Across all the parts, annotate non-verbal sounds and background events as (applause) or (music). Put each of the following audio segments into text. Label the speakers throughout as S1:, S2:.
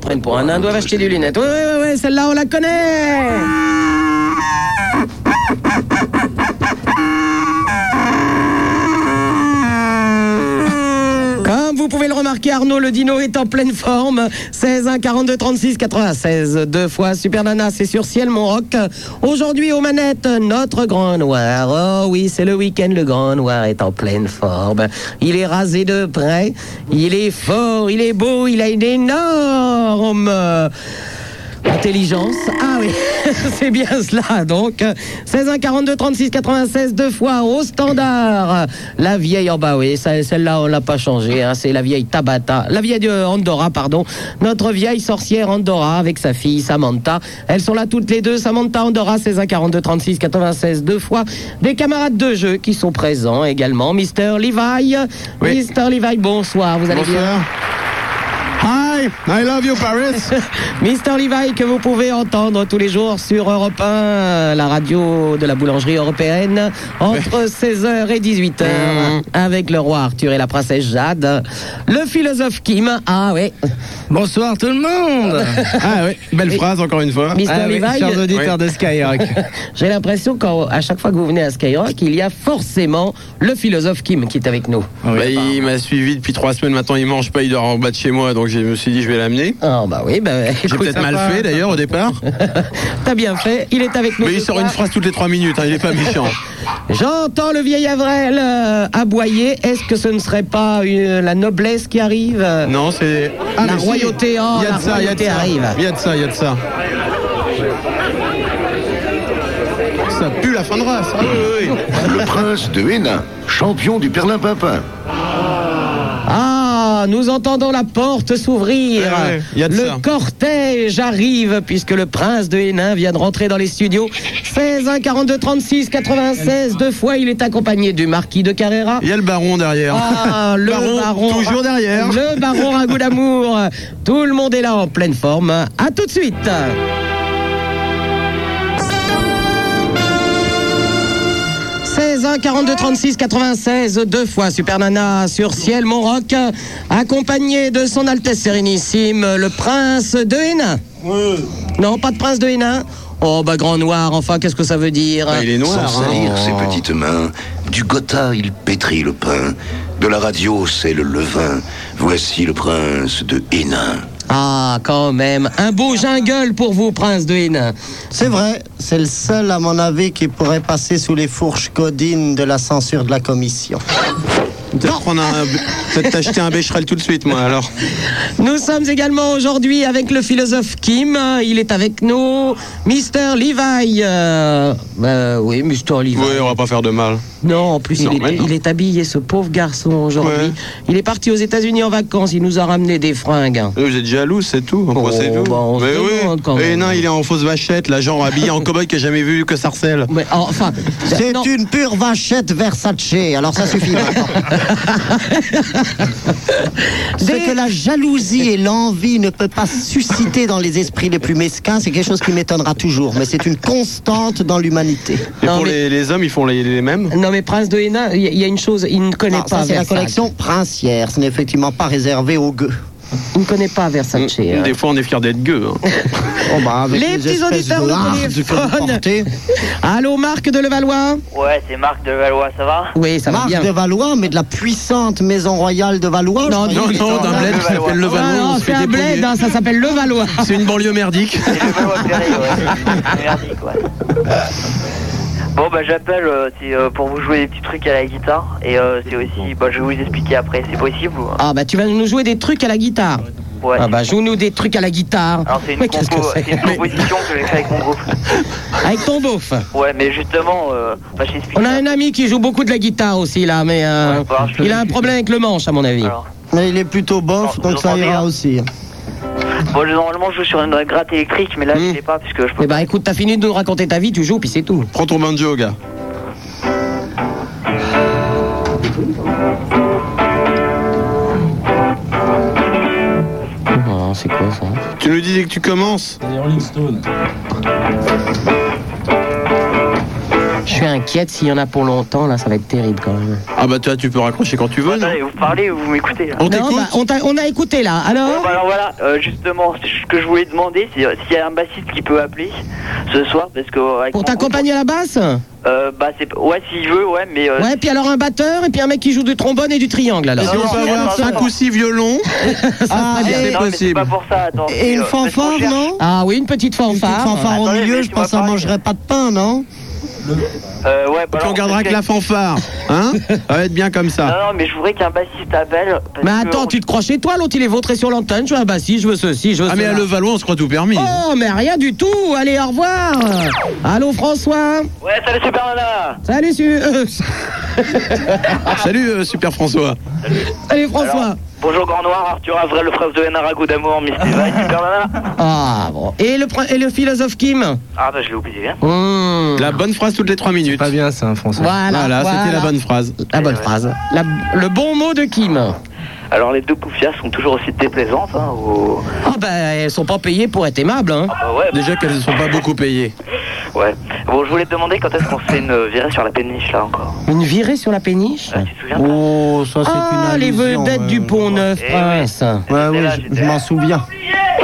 S1: prenne pour un nain doivent acheter des lunettes. Ouais, ouais, ouais, celle-là, on la connaît Comme vous pouvez le remarquer, Arnaud le dino est en pleine forme. 16 1 42 36 96 deux fois Super Nana, c'est sur ciel mon rock. Aujourd'hui aux manettes, notre grand noir. Oh oui, c'est le week-end, le grand noir est en pleine forme. Il est rasé de près, il est fort, il est beau, il a une énorme euh, intelligence. Ah oui, (laughs) c'est bien cela. Donc 16 1 42 36 96 deux fois au standard. La vieille en bas, oui, ça- celle-là on l'a pas changée. hein, c'est la vieille Tabata, la vieille euh, Andorra, pardon. Notre vieille sorcière Andorra avec sa fille Samantha. Elles sont là toutes les deux. Samantha Andorra 16 1 42 36 96 deux fois. Des camarades de jeu qui sont présents également. Mister Levi,
S2: Oui.
S1: Mister Levi, bonsoir. Vous allez bien?
S2: Bonsoir. Hi, I love you, Paris.
S1: (laughs) Mister Levi que vous pouvez entendre tous les jours sur Europe 1, la radio de la boulangerie européenne, entre 16h et 18h,
S2: Mm.
S1: avec le roi Arthur et la princesse Jade, le philosophe Kim, ah oui,
S3: Bonsoir tout le
S1: (laughs)
S3: monde
S2: Ah oui, belle phrase encore une fois.
S1: Mister
S3: Ah oui,
S1: Levi,
S3: Chers auditeurs
S2: Oui.
S3: de Skyrock.
S1: (laughs) j'ai l'impression qu'à chaque fois que vous venez à Skyrock, il y a forcément le philosophe Kim qui est avec nous.
S2: Bah, il m'a suivi depuis trois semaines. Maintenant, il mange pas. Il dort en bas de chez moi, donc je me suis dit, je vais l'amener.
S1: Ah bah oui, bah,
S2: J'ai
S1: écoute,
S2: peut-être mal fait d'ailleurs au départ,
S1: (laughs) t'as bien fait, il est avec nous.
S2: mais il
S1: ce
S2: sort
S1: soir.
S2: une phrase toutes les trois minutes. hein, il est
S1: (laughs)
S2: pas méchant.
S1: J'entends le vieil Avrel euh, aboyer. Est-ce que ce ne serait pas euh, la noblesse qui arrive euh,
S2: Non, c'est Ah,
S1: La
S2: mais si.
S1: royauté, oh,
S2: Il y a
S1: la
S2: de ça, il y a de
S1: royauté
S2: ça.
S1: arrive.
S2: Il y a de ça, il y a de ça. Ça pue la fin de race. Ah, oui, oui, oui. (laughs)
S4: Le prince de Hénin, champion du Perlimpinpin.
S1: Ah, nous entendons la porte s'ouvrir.
S2: Ouais, ouais, y a de
S1: le
S2: ça.
S1: cortège arrive puisque le prince de Hénin vient de rentrer dans les studios. 16 1 42 36 96 deux fois il est accompagné du marquis de Carrera.
S2: Il y a le baron derrière.
S1: Ah, le baron,
S2: Baron, toujours derrière.
S1: Le baron Ragout d'amour. Tout le monde est là en pleine forme. À tout de suite. h 42 36 96 deux fois Super Nana sur ciel mon rock accompagné de son Altesse Sérénissime le prince de Hénin. Non pas de prince de Hénin. Oh bah grand noir enfin qu'est-ce que ça veut dire
S2: Ah, il est
S4: Sans
S2: noir. hein.
S4: salir ses petites mains, du gotha il pétrit le pain, de la radio c'est le levain. Voici le prince de Hénin.
S1: Ah, quand même. Un beau jungle pour vous, prince de Hénin.
S5: C'est vrai, c'est le seul, à mon avis, qui pourrait passer sous les fourches codines de la censure de la commission.
S2: Peut-être prendre un-
S1: (laughs)
S2: peut-être t'acheter un bécherel tout de suite, moi. Alors.
S1: Nous sommes également aujourd'hui avec le philosophe Kim. Il est avec nous. Mister Levi. Euh, euh, oui, Mister Levi.
S2: Oui, on va pas faire de mal.
S1: Non, en plus,
S2: Non,
S1: il,
S2: mais
S1: est,
S2: non.
S1: il est habillé, ce pauvre garçon, aujourd'hui.
S2: Ouais.
S1: Il est parti aux États-Unis en vacances. Il nous a ramené des fringues.
S2: Euh, Vous êtes jaloux, c'est tout. Après,
S1: Oh,
S2: c'est tout.
S1: bah, on se
S2: Mais
S1: demande quand
S2: Et
S1: même.
S2: non, il est en fausse vachette, là, genre habillé en cow-boy qui a jamais vu que Sarcelles.
S1: Mais, oh, enfin,
S5: C'est
S1: non.
S5: une pure vachette Versace, alors ça
S1: (laughs)
S5: suffit maintenant.
S1: Des-
S5: Ce que la jalousie et l'envie ne peut pas susciter dans les esprits les plus mesquins, c'est quelque chose qui m'étonnera toujours, mais c'est une constante dans l'humanité.
S2: Et
S1: Non,
S2: pour
S1: mais-
S2: les, les hommes, ils font les, les mêmes.
S1: Non, mais prince de Hénin, il y, a- il y a une chose, il ne connaît
S5: Non,
S1: Ah, pas
S5: Ah, ça c'est la
S1: Versace.
S5: collection princière, ce n'est effectivement pas réservé aux gueux.
S1: Il ne connaît pas Versace. hein.
S2: Des fois, on est fiers d'être gueux. hein.
S1: (laughs)
S5: Oh, bah, avec
S1: Les petits
S5: espèces
S1: auditeurs
S5: de
S1: au
S5: hardes que vous
S1: téléphone.
S5: portez.
S1: (laughs) Allô, Marc de Levallois
S6: Ouais, c'est Marc de Valois, ça va
S1: Oui, ça va
S5: Marc
S1: bien.
S5: de Valois, mais de la puissante maison royale de Valois.
S1: Non,
S5: je
S1: non,
S5: croyais que
S1: non,
S5: c'était
S1: d'un
S5: en
S6: bled. qui s'appelle Le
S1: Ah non, c'est un bled, hein, ça s'appelle Le Valois.
S2: C'est une banlieue merdique.
S6: C'est le Valois Perret, ouais. Merdique, ouais. Bon, bah j'appelle, euh, c'est euh, pour vous jouer des petits trucs à la guitare. Et euh, c'est aussi, bah je vais vous expliquer après, c'est possible ou-
S1: Ah bah tu vas nous jouer des trucs à la guitare.
S6: Ouais.
S1: Ah bah joue-nous des trucs à la guitare.
S6: Alors c'est
S1: (laughs)
S6: une,
S1: Mais Ah, qu'est-ce que
S6: compo-
S1: c'est
S6: c'est une composition que j'ai faite avec mon groupe.
S1: Avec ton beauf.
S6: Ouais, mais justement, euh, bah je t'explique.
S1: On a un ami qui joue beaucoup de la guitare aussi là, mais euh,
S6: Ouais, bah, je-
S1: il a un problème avec le manche à mon avis.
S6: Alors,
S5: Mais il est plutôt bof,
S6: Non,
S5: donc
S6: vous
S5: ça
S6: entendez,
S5: ira
S6: hein
S5: aussi.
S6: bon, je- normalement je joue sur une gratte électrique, mais là
S2: Hmm.
S6: je sais pas parce que je peux
S1: Eh bah écoute, t'as fini de nous raconter ta vie, tu joues puis c'est tout.
S2: Prends ton banjo, gars.
S1: Oh, c'est quoi ça
S2: Tu nous disais que tu commences.
S1: Je suis inquiète, s'il y en a pour longtemps, là, ça va être terrible quand même.
S2: Ah bah toi, tu peux raccrocher quand tu veux. non
S6: Attendez, Bah, vous parlez ou vous m'écoutez hein. là
S2: On
S1: Non,
S2: t'écoute
S1: bah, on, t'a- on a écouté là.
S6: Bon,
S1: Alors
S6: bah, alors voilà, euh, justement, ce que je voulais demander, c'est euh, s'il y a un bassiste qui peut appeler ce soir, parce que euh, avec
S1: Pour
S6: mon
S1: t'accompagner à la basse
S6: groupe, euh, bah, c'est ouais, s'il veut, ouais, mais euh,
S1: Ouais, puis alors un batteur et puis un mec qui joue du trombone et du triangle alors.
S2: Est-ce qu'on
S6: non,
S2: peut
S6: non,
S2: avoir
S6: non,
S2: 5
S6: non.
S2: ou
S1: (laughs)
S2: 6 violons
S5: Ah,
S2: bien.
S5: et,
S2: c'est
S6: non, mais c'est
S2: possible.
S6: pas pour ça. Attends,
S5: et une
S6: euh, parce qu'on
S5: fanfare,
S6: cherche-
S5: non
S1: Ah oui, une petite
S5: Une petite
S1: fanfare. Ah,
S5: fanfare au
S6: Attendez,
S5: milieu, je
S6: laissez-moi
S5: pense qu'on
S6: parler.
S5: mangerait pas de pain, non
S6: Euh, ouais,
S2: Puis
S6: bah,
S2: on
S6: alors,
S2: gardera
S6: parce
S2: que la fanfare.
S6: (laughs)
S2: Hein Ça va être bien comme
S6: Non,
S2: ça.
S6: non, mais je voudrais qu'un bassiste appelle. parce
S1: Mais
S6: que
S1: attends,
S6: on-
S1: tu te crois chez toi, l'autre il est vautré sur l'antenne, je veux un bassiste, je veux ceci, je veux
S2: Ah mais
S1: cela.
S2: à Le Valois, on se croit tout permis.
S1: Oh, mais rien du tout Allez, au revoir Allô François
S6: Ouais, salut Super Nana
S1: Salut, su- euh,
S2: Salut euh, Super François.
S1: Salut François
S6: Alors, Bonjour Grand Noir, Arthur Avrel, le frère de Narago d'amour, Miss Diva, Super Nana
S1: Ah bon. Et le, prin- et le philosophe Kim
S6: Ah bah je l'ai oublié, hein.
S1: Hmm.
S2: La bonne phrase toutes les 3 minutes.
S3: Mmh. Pas bien ça, François.
S1: Voilà,
S2: Voilà, c'était la
S1: voilà.
S2: bonne phrase.
S1: La bonne phrase. La- le bon mot de Kim.
S6: Alors les deux poufias sont toujours aussi déplaisantes, hein, au-
S1: Ah bah, elles sont pas payées pour être aimables, hein.
S6: Ah bah ouais,
S2: Déjà qu'elles ne sont pas beaucoup payées.
S6: ouais. Bon, je voulais te demander quand est-ce qu'on se fait une virée sur la péniche, là, encore.
S1: Une virée sur la péniche
S6: Ah, tu te souviens pas
S3: Oh, ça c'est
S1: Ah,
S3: une
S1: les
S3: allusion,
S1: vedettes
S3: ouais.
S1: du Pont-Neuf,
S6: Eh oui.
S1: Prince.
S3: Ouais,
S6: J'étais
S3: oui,
S6: là,
S3: je,
S6: j'étais
S3: je
S6: là.
S3: m'en souviens.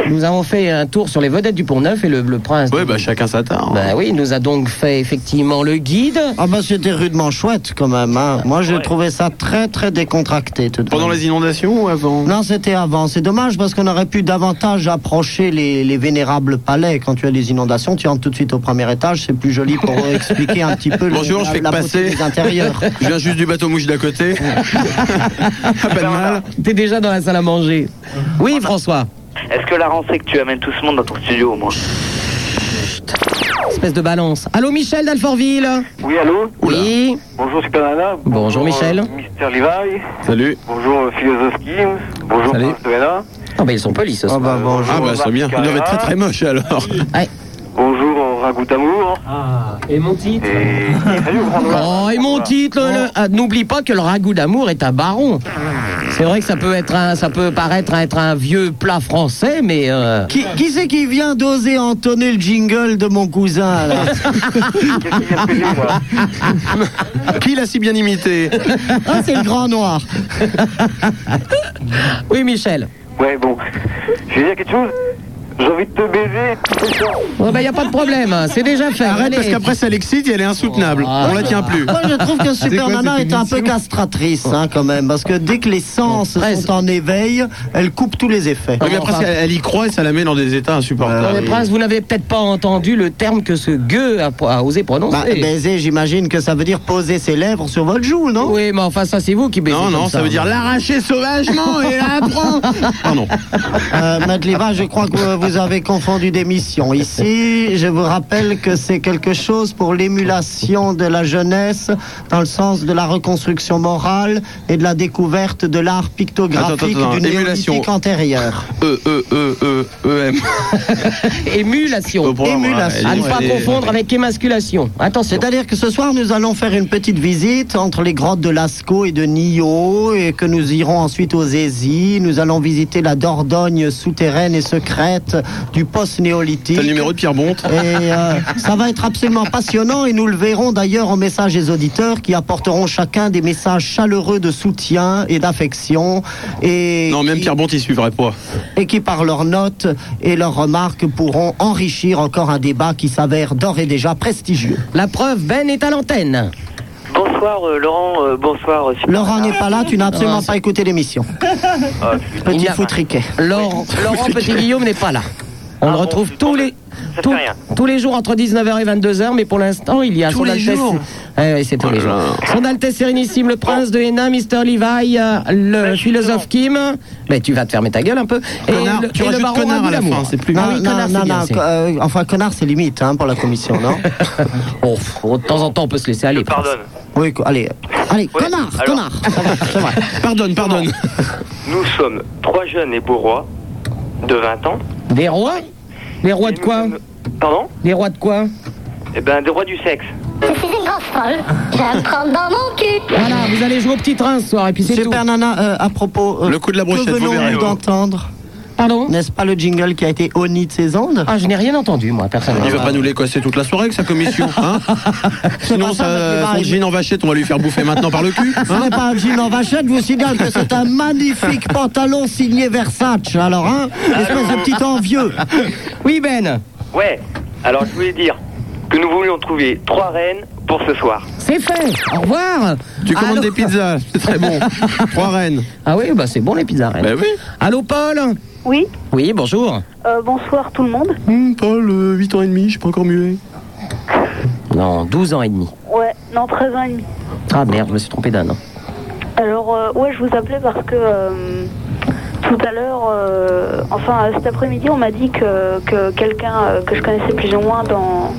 S1: Nous avons fait un tour sur les vedettes du Pont-Neuf et le, le Prince.
S2: Ouais, bah chacun sa tare.
S1: Bah oui, il nous a donc fait effectivement le guide.
S5: Ah bah c'était rudement chouette quand même. hein. Moi j'ai
S6: Ouais.
S5: trouvé ça très très décontracté. tout de
S2: Pendant
S5: même.
S2: les inondations ou avant
S5: Non, c'était avant. C'est dommage parce qu'on aurait pu davantage approcher les, les vénérables palais. Quand tu as des inondations, tu entres tout de suite au premier étage. C'est plus joli
S2: (laughs)
S5: pour expliquer un petit peu le-
S2: Bonjour,
S5: la,
S2: je fais que
S5: la beauté
S2: passer.
S5: des intérieurs.
S2: (laughs) Je viens juste du bateau mouche d'à côté.
S1: (laughs)
S2: pas de mal.
S1: T'es déjà dans la salle à manger. Oui, François.
S6: Est-ce que la rentrée que tu amènes tout ce monde dans ton studio, au moins
S1: Espèce de balance. Allô, Michel d'Alfortville
S7: Oui, allô
S1: Oui.
S7: Bonjour Super Nana.
S1: Bonjour, Michel.
S7: euh, Mister Levi.
S2: Salut.
S7: Bonjour euh, Philosophe Kim. Bonjour
S3: Salut.
S7: Prince de Hénin.
S1: Ah bah, ils sont polis ce soir.
S3: bah bonjour.
S2: Ah bah
S7: Marc
S2: c'est bien. Ils
S7: Carrera.
S2: doivent être très très
S1: (laughs)
S2: moches alors.
S7: Bonjour euh, Ragout d'amour.
S1: Ah, et mon titre
S7: Et salut au Grand Noir.
S1: Oh, et mon titre le- le- ah, N'oublie pas que le ragoût d'amour est un baron. C'est vrai que ça peut, être un, ça peut paraître être un vieux plat français, mais... euh,
S5: Qui, qui c'est qui vient d'oser entonner le jingle de mon cousin là (laughs)
S7: Qu'est-ce qu'il vient de péter, moi
S2: Qui l'a si bien imité
S5: Ah, c'est le grand noir.
S1: Oui, Michel.
S7: Ouais, bon. Je vais dire quelque chose. J'ai envie de te baiser tout le temps.
S1: Il n'y a pas de problème, hein, c'est déjà fait.
S2: Arrête
S1: Allez.
S2: parce qu'après ça l'excite et elle est insoutenable.
S1: Ah.
S2: On la tient plus.
S5: Oh, Moi, je trouve que Super
S3: quoi
S5: Nana
S3: cette
S5: est un peu castratrice, hein, quand même, parce que dès que les sens
S1: Ouais,
S5: sont
S1: c'est-
S5: en éveil, elle coupe tous les effets.
S2: Oui, mais après, elle, elle y croit et ça la met dans des états
S1: Non, mais
S2: insupportables.
S1: Prince, Euh, vous n'avez peut-être pas entendu le terme que ce gueux a, a osé prononcer.
S5: Bah, baiser, j'imagine que ça veut dire poser ses lèvres sur votre joue, non
S1: oui, mais enfin, ça, c'est vous qui baisez.
S2: Non, non,
S1: comme
S2: ça veut dire l'arracher sauvagement et la prendre. Pardon.
S5: Euh, Maître Lévin, je crois que euh, vous avez confondu des missions. Ici, je vous rappelle que c'est quelque chose pour l'émulation de la jeunesse, dans le sens de la reconstruction morale et de la découverte de l'art pictographique
S2: Attends, attends, attends,
S5: du
S2: émulation.
S5: néolithique antérieur.
S2: E, E, E, E, E, M.
S1: (laughs) Émulation.
S2: Au programme,
S5: Émulation.
S2: voilà.
S1: À
S2: Elle
S1: ne
S2: est-
S1: pas
S2: elle est-
S1: confondre avec émasculation. Attention.
S5: C'est-à-dire que ce soir, nous allons faire une petite visite entre les grottes de Lascaux et de Nio, et que nous irons ensuite aux Aisies. Nous allons visiter la Dordogne souterraine et secrète du post-néolithique.
S2: T'as le numéro de Pierre Bonte
S5: Et euh, ça va être absolument passionnant et nous le verrons d'ailleurs en message des auditeurs qui apporteront chacun des messages chaleureux de soutien et d'affection et,
S2: Non, même
S5: qui-
S2: Pierre Bonte, il suivrait pas.
S5: et qui par leurs notes et leurs remarques pourront enrichir encore un débat qui s'avère d'ores et déjà prestigieux.
S1: La preuve, Ben est à l'antenne.
S6: Bonsoir euh, Laurent, euh, bonsoir euh, Super
S5: Laurent
S6: Nana.
S5: n'est pas là, tu n'as absolument
S1: Ah, c'est-
S5: pas écouté l'émission.
S6: Ah, putain.
S1: Il
S5: Petit
S1: n'a-
S5: foutriquet.
S1: Laurent, (laughs) Laurent Petit-Guillaume n'est pas là. On
S6: Ah
S1: le
S6: bon,
S1: retrouve
S6: c'est
S1: tous
S6: pas-
S1: les...
S6: ça
S1: tous-
S6: fait rien.
S1: tous les jours entre 19h et 22h, mais pour l'instant, il y a
S2: Tous
S1: son
S2: les
S1: Altesse.
S2: jours
S1: Eh oui, c'est tous
S2: Oh
S1: les jours. Son Altesse Sérénissime, le prince de Hénin, Mr. Levi, euh, le
S6: justement.
S1: philosophe Kim. Mais tu vas te fermer ta gueule un peu. Et
S2: Connard, tu rajoutes connard
S1: Ragout
S2: à la
S1: d'amour.
S2: fin, c'est plus-
S1: Ah oui, connard, c'est bien, c'est-
S5: co- euh, enfin connard c'est limite hein, pour la commission, non
S1: (laughs) Oh, pff, de temps en temps, on peut se laisser aller.
S6: Je pardonne.
S5: Oui, co- allez, allez,
S6: Ouais,
S5: connard,
S6: alors-
S5: connard,
S6: (laughs)
S5: Ça va, c'est vrai.
S2: Pardonne, pardonne.
S7: Nous sommes trois jeunes et beaux rois de 20 ans.
S1: Des rois Les rois de
S7: Et
S1: quoi
S7: nous sommes- Pardon
S1: Les rois de quoi
S7: Eh ben, des rois du sexe.
S8: Je suis une grosse folle. (laughs) Je vais me prendre dans mon cul.
S1: Voilà, vous allez jouer au petit train ce soir, et puis c'est tout.
S5: Super Nana, euh, à propos, euh,
S2: Le coup de la brochette,
S5: que
S2: vous verrez.
S5: venons-nous d'entendre
S1: Pardon
S5: N'est-ce pas le jingle qui a été honni de ses ondes
S1: Ah, je n'ai rien entendu, moi,
S2: Il va
S1: personnellement.
S2: pas nous les casser toute la soirée avec sa commission,
S5: (laughs)
S2: hein Sinon,
S5: pas ça,
S2: ça,
S5: parce que
S2: son
S5: là,
S2: jean en vachette, on va lui faire bouffer maintenant par le cul. hein
S5: Ce n'est pas un jean en vachette, je vous signale que c'est un
S1: (laughs)
S5: magnifique pantalon signé Versace. Alors, hein, espèce de petit envieux.
S1: Oui, Ben,
S6: Ouais, alors je voulais dire que nous voulions trouver trois reines pour ce soir.
S1: c'est fait. Au revoir.
S2: Tu commandes
S1: Allô
S2: des pizzas, c'est
S1: (laughs)
S2: très bon. Trois reines.
S1: Ah oui, bah c'est bon les pizzas. hein.
S2: Bah oui.
S1: Allô, Paul
S9: Oui,
S1: Oui, bonjour.
S9: euh, bonsoir tout le monde.
S2: Hmm, Paul, 8 ans et demi, je suis pas encore muet.
S1: Non, 12 ans et demi.
S9: Ouais, non, 13 ans et demi.
S1: Ah merde, je me suis trompé d'un an.
S9: Alors, euh, ouais, je vous appelais parce que euh, tout à l'heure, euh, enfin euh, cet après-midi, on m'a dit que, que quelqu'un euh, que je connaissais plus ou moins dans,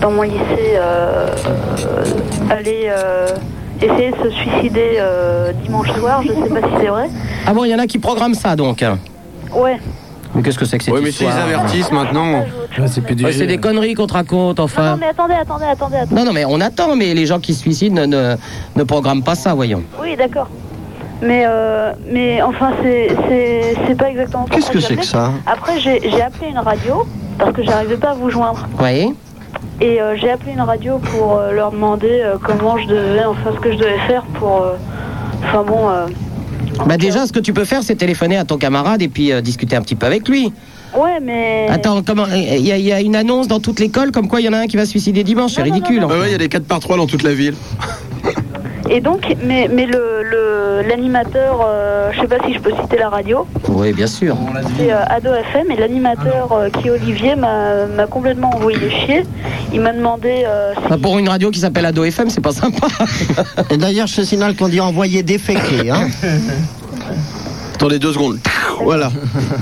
S9: dans mon lycée euh, euh, allait euh, essayer de se suicider euh, dimanche soir. Je sais pas si c'est vrai.
S1: Ah bon, il y en a qui programment ça donc.
S9: Ouais,
S1: Mais qu'est-ce que c'est que cette
S2: Oui, mais s'ils
S1: histoire
S2: avertissent maintenant.
S3: c'est plus
S1: Ouais, C'est des conneries qu'on te raconte,
S5: Ah.
S9: non,
S1: enfin.
S9: non, mais attendez, attendez, attendez, attendez.
S1: Non, non, mais on attend, mais les gens qui se suicident ne, ne, ne programment pas ça, voyons.
S9: Oui, d'accord. Mais, euh, mais enfin, c'est- c'est c'est pas exactement pour
S5: Qu'est-ce que c'est
S9: j'appelais.
S5: que ça
S9: Après, j'ai j'ai appelé une radio parce que j'arrivais pas à vous joindre.
S1: Oui
S9: Et euh, j'ai appelé une radio pour euh, leur demander euh, comment je devais, enfin, ce que je devais faire pour. euh, Enfin bon. euh,
S1: Bah déjà, ce que tu peux faire, c'est téléphoner à ton camarade et puis euh, discuter un petit peu avec lui.
S9: Ouais, mais.
S1: Attends, comment il y, a- il y a une annonce dans toute l'école comme quoi il y en a un qui va se suicider dimanche, c'est
S9: Non, non,
S1: ridicule.
S9: non,
S2: Ouais, ouais, il y a des 4 par 3 dans toute la ville.
S9: Et donc, mais, mais le- le l'animateur, euh, je sais pas si je peux citer la radio,
S1: Oui, bien sûr.
S9: c'est euh, Ado FM et l'animateur euh, qui est Olivier m'a m'a complètement envoyé chier. Il m'a demandé euh, si
S1: Bah, pour une radio qui s'appelle Ado FM, c'est pas sympa.
S5: Et d'ailleurs, je te signale qu'on dit envoyer déféquer. Hein.
S1: (laughs)
S2: Attendez deux secondes.
S9: Ah,
S2: Voilà.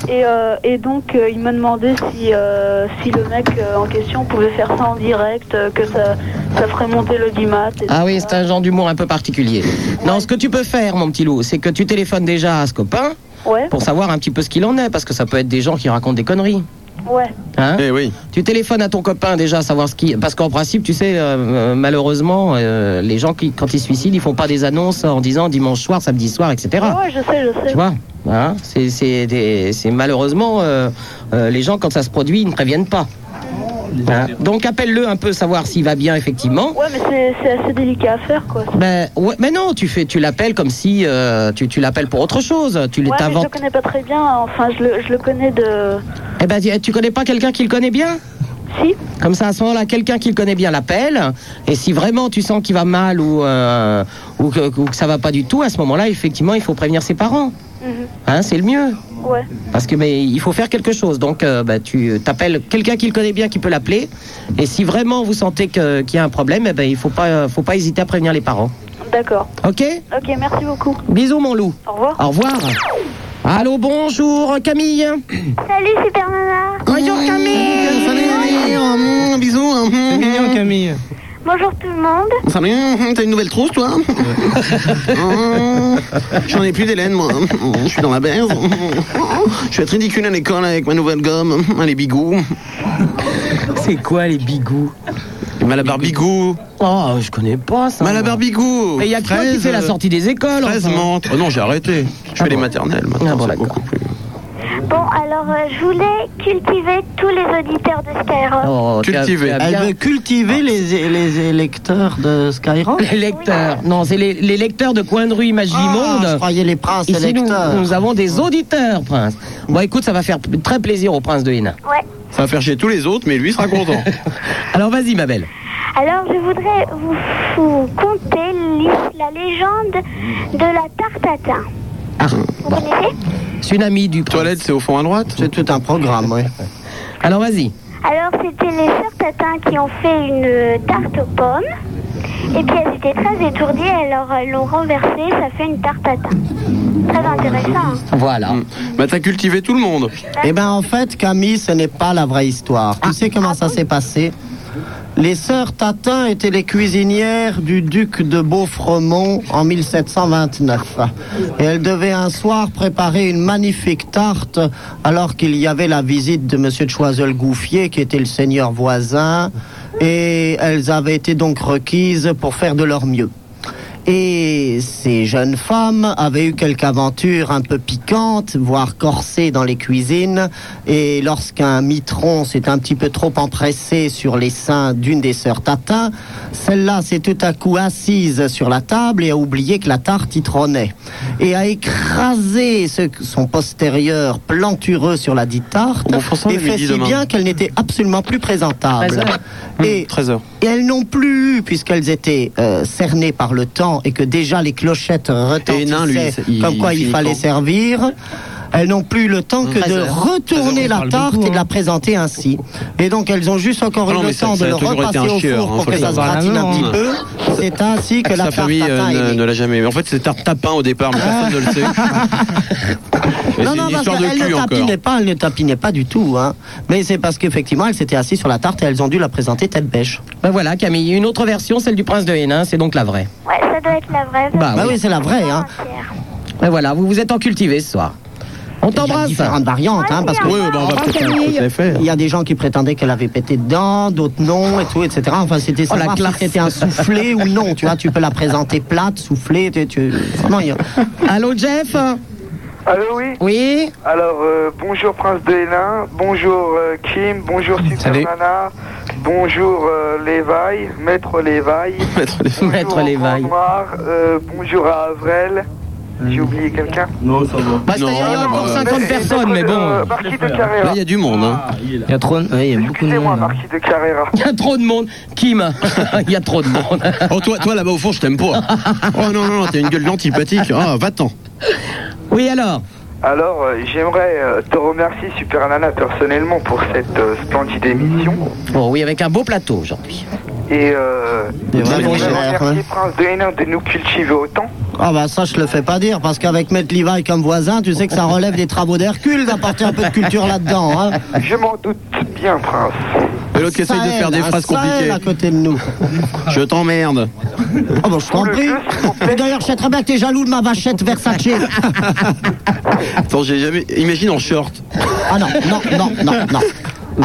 S9: Et, euh, et donc, euh, il me demandait si, euh, si le mec euh, en question pouvait faire ça en direct, euh, que ça, ça ferait monter le dimat. et
S1: Ah oui,
S9: tout
S1: c'est un genre d'humour un peu particulier. Non, ce que tu peux faire, mon petit loup, c'est que tu téléphones déjà à ce copain
S9: ça. Ouais,
S1: pour savoir un petit peu ce qu'il en est, parce que ça peut être des gens qui racontent des conneries.
S9: ouais.
S1: Hein
S2: Eh oui.
S1: tu téléphones à ton copain déjà, savoir ce qui. Parce qu'en principe, tu sais, euh, euh, malheureusement, euh, les gens qui, quand ils se suicident, ils font pas des annonces en disant dimanche soir, samedi soir, etc.
S9: Ouais, ouais, je sais, je sais.
S1: Ah. Tu vois Hein C'est- C'est des- c'est malheureusement, euh, euh, les gens, quand ça se produit, ils ne préviennent pas. Hein Donc appelle-le un peu, savoir s'il va bien, effectivement.
S9: Ouais, mais c'est- c'est assez délicat à faire, quoi.
S1: Ben, ouais, mais non, tu fais, tu l'appelles comme si euh, tu, tu l'appelles pour autre chose. Tu
S9: Ouais, mais je le
S1: t'inventes.
S9: connais pas très bien, enfin, je le, je le connais de.
S1: Eh ben, tu- tu connais pas quelqu'un qui le connaît bien
S9: Si
S1: Comme ça, à ce moment-là, quelqu'un qui le connaît bien l'appelle. Et si vraiment tu sens qu'il va mal ou, euh, ou, que, ou que ça va pas du tout, à ce moment-là, effectivement, il faut prévenir ses parents.
S9: Mhm.
S1: Hein, c'est le mieux.
S9: Ouais,
S1: Parce que mais il faut faire quelque chose. Donc euh, bah, tu t'appelles quelqu'un qui le connaît bien, qui peut l'appeler. Et si vraiment vous sentez que- qu'il y a un problème, eh ben il faut pas faut pas hésiter à prévenir les parents.
S9: d'accord.
S1: Ok
S9: Ok, merci beaucoup.
S1: Bisous mon loup.
S9: Au revoir.
S1: Au revoir. Allô, bonjour Camille.
S8: Salut Super Nana.
S1: Bonjour Camille.
S3: Salut Camille,
S2: Hum, bisous. hum,
S3: c'est mignon Camille.
S8: Bonjour tout le monde.
S2: Salut. hum, T'as une nouvelle trousse, toi Hum, J'en ai plus d'Hélène, moi. Hum, Je suis dans la baise. Hum, Je vais être ridicule à l'école avec ma nouvelle gomme. Hum, Les bigous.
S1: C'est quoi les bigous
S2: Malabar bigou.
S1: Oh, je connais pas ça.
S2: Malabar bigou.
S1: Mais il y a que toi qui
S2: Fraise,
S1: fait la sortie des écoles.
S2: fraise,
S1: enfin.
S2: menthe. Oh non, j'ai arrêté. Je fais les
S1: bon.
S2: maternelles
S1: Ah
S2: maintenant.
S1: bon,
S2: c'est
S1: d'accord.
S2: beaucoup plus-
S8: Bon, alors euh, je voulais cultiver tous les auditeurs de Skyrock.
S1: Oh, tu as-
S2: Cultivé.
S1: tu as
S5: Elle
S1: bien- Ah.
S5: veut cultiver les, les électeurs de Skyrock.
S1: Les lecteurs. Non, c'est les, les lecteurs de coin de rue Image
S5: Ah,
S1: Monde.
S5: je croyais les princes
S1: Ici, nous,
S5: électeurs.
S1: nous avons des auditeurs, Prince. Bon, écoute, ça va faire p- très plaisir au Prince de Hénin.
S8: Ouais.
S2: Ça va faire chez tous les autres, mais lui sera content.
S1: (laughs) Ah, Alors, vas-y, ma belle.
S8: Alors je voudrais vous, vous conter l'his- la légende de la tarte à thym.
S1: Ah,
S8: Vous connaissez
S1: c'est une amie du Prince.
S2: Toilette, c'est au fond à droite.
S5: C'est tout un programme, oui.
S1: Alors, vas-y.
S8: Alors, c'était les sœurs Tatin qui ont fait une euh, tarte aux pommes. Et puis, elles étaient très étourdies, alors elles l'ont renversée, ça fait une tarte à Tatin. Très intéressant. hein.
S1: Voilà.
S2: Bah t'as cultivé tout le monde.
S5: Eh ben en fait, Camille, ce n'est pas la vraie histoire.
S2: Ah.
S5: Tu sais comment ça s'est passé Les sœurs Tatin étaient les cuisinières du duc de Beaufremont en 1729. Et elles devaient un soir préparer une magnifique tarte alors qu'il y avait la visite de monsieur de Choiseul-Gouffier qui était le seigneur voisin. Et elles avaient été donc requises pour faire de leur mieux. Et ces jeunes femmes avaient eu quelque aventure un peu piquante, voire corsée dans les cuisines. Et lorsqu'un mitron s'est un petit peu trop empressé sur les seins d'une des sœurs Tatin, celle-là s'est tout à coup assise sur la table et a oublié que la tarte y trônait. Et a écrasé ce- son postérieur plantureux sur la dite tarte
S2: Bon, François,
S5: et
S2: le
S5: fait
S2: midi
S5: si
S2: demain.
S5: bien qu'elle n'était absolument plus
S2: Ah, Bah,
S5: présentable. Et
S2: 13h.
S5: et elles n'ont plus eu, puisqu'elles étaient euh, cernées par le temps et que déjà les clochettes retentissaient
S2: Et non, lui, il-
S5: comme quoi
S2: il
S5: il,
S2: finit
S5: fallait
S2: quand hein.
S5: servir. Elles n'ont plus le temps que de retourner la tarte et de la présenter ainsi. Et donc elles ont juste encore eu
S2: Ah hein. non,
S5: le
S2: mais ça-
S5: temps
S2: ça a
S5: de le
S2: toujours été
S5: repasser
S2: un
S5: au
S2: chieur,
S5: four
S2: hein,
S5: pour
S2: faut
S5: que
S2: le
S5: ça se
S2: savoir.
S5: gratine
S3: Ah
S5: un
S3: non.
S5: petit peu. C'est
S2: (laughs)
S5: ainsi que la
S2: Sa
S5: tarte
S2: famille euh,
S5: tatin est
S2: ne,
S5: née.
S2: ne l'a jamais aimé. En fait, c'est tarte tapin au départ, mais personne ne le sait. Et
S5: Non, non,
S2: c'est une
S5: parce
S2: histoire de
S5: qu'elle
S2: cul
S5: ne
S2: encore.
S5: tapinait pas, elle ne tapinait pas du tout. Hein. Mais c'est parce qu'effectivement, elles s'étaient assises sur la tarte et elles ont dû la présenter tête bêche.
S1: Ben voilà, Camille, une autre version, celle du prince de Hénin, c'est donc la vraie.
S10: Ouais, ça doit être la vraie.
S1: Bah
S5: Bah oui, c'est la vraie. Hein.
S10: Entière.
S1: Ben voilà, vous vous êtes en cultivé ce soir. On
S5: Il y a
S1: t'embrasse.
S5: différentes variantes, hein, parce que
S2: Oui, oui, bah, on va peut-être faire un peu fait.
S5: Il y a des gens qui prétendaient qu'elle avait pété dedans, d'autres non, et tout, etc. Enfin, c'était
S1: Oh, la
S5: savoir
S1: classe.
S5: si c'était un soufflé ou non. Tu vois, tu peux la présenter plate, soufflée. Tu, tu- vraiment, il y a-
S1: Allô, Jeff
S6: Allô, oui
S1: Oui
S6: Alors, euh, bonjour Prince de Hénin, bonjour euh, Kim, bonjour Super
S3: Salut.
S6: Nana, bonjour euh, Lévaille, Maître Lévaille,
S2: Mettre des-
S1: (laughs)
S6: bonjour
S1: Maître
S6: au
S1: Lévaille. Mmh.
S6: Grand Noir, euh, bonjour à Avrel, j'ai oublié quelqu'un.
S1: Bah, c'est-à-dire, il y a
S2: Non,
S1: encore
S2: euh,
S1: 50
S6: Et- et
S1: personnes,
S6: Maître,
S1: mais
S6: euh,
S1: bon.
S6: Marquis de
S2: Là,
S6: Carrera. Ah,
S2: il y a du monde. Hein.
S3: Il y a trop de... ouais, il y a beaucoup de
S6: Excusez-moi,
S3: monde. hein.
S6: Marquis de Carrera.
S1: Il y a trop de monde. Kim, (laughs) il y a trop de monde.
S2: Oh, toi, toi là-bas au fond, je
S1: (laughs)
S2: t'aime pas. Oh non, non, non, t'as une gueule d'antipathique. Ah, va-t'en.
S1: Oui, alors
S6: Alors, euh, j'aimerais euh, te remercier, Super Nana, personnellement, pour cette euh, splendide émission.
S1: Bon, Oh oui, avec un beau plateau aujourd'hui.
S6: Et euh,
S5: Mais vraiment,
S6: j'aimerais
S5: c'est rare,
S6: remercier
S5: hein.
S6: Prince de Hénin de nous cultiver autant.
S5: Ah bah ça, je le fais pas dire, parce qu'avec Maître Livaille comme voisin, tu sais que ça relève des travaux d'Hercule d'apporter un peu de culture là-dedans. Hein.
S6: Je m'en doute bien, Prince.
S2: Et l'autre qui essaye de
S5: Sahel,
S2: faire des
S5: un
S2: phrases
S5: Sahel
S2: compliquées.
S5: à côté de nous.
S2: Je t'emmerde.
S1: (laughs)
S2: Oh,
S5: Ah bah, je t'en
S6: Le
S5: prie.
S6: jeu, s'il vous plaît.
S5: Et D'ailleurs, je sais très bien que t'es jaloux de ma vachette
S6: (laughs)
S5: Versace.
S2: Attends, j'ai jamais. Imagine en short.
S5: Ah non, non, non, non, non.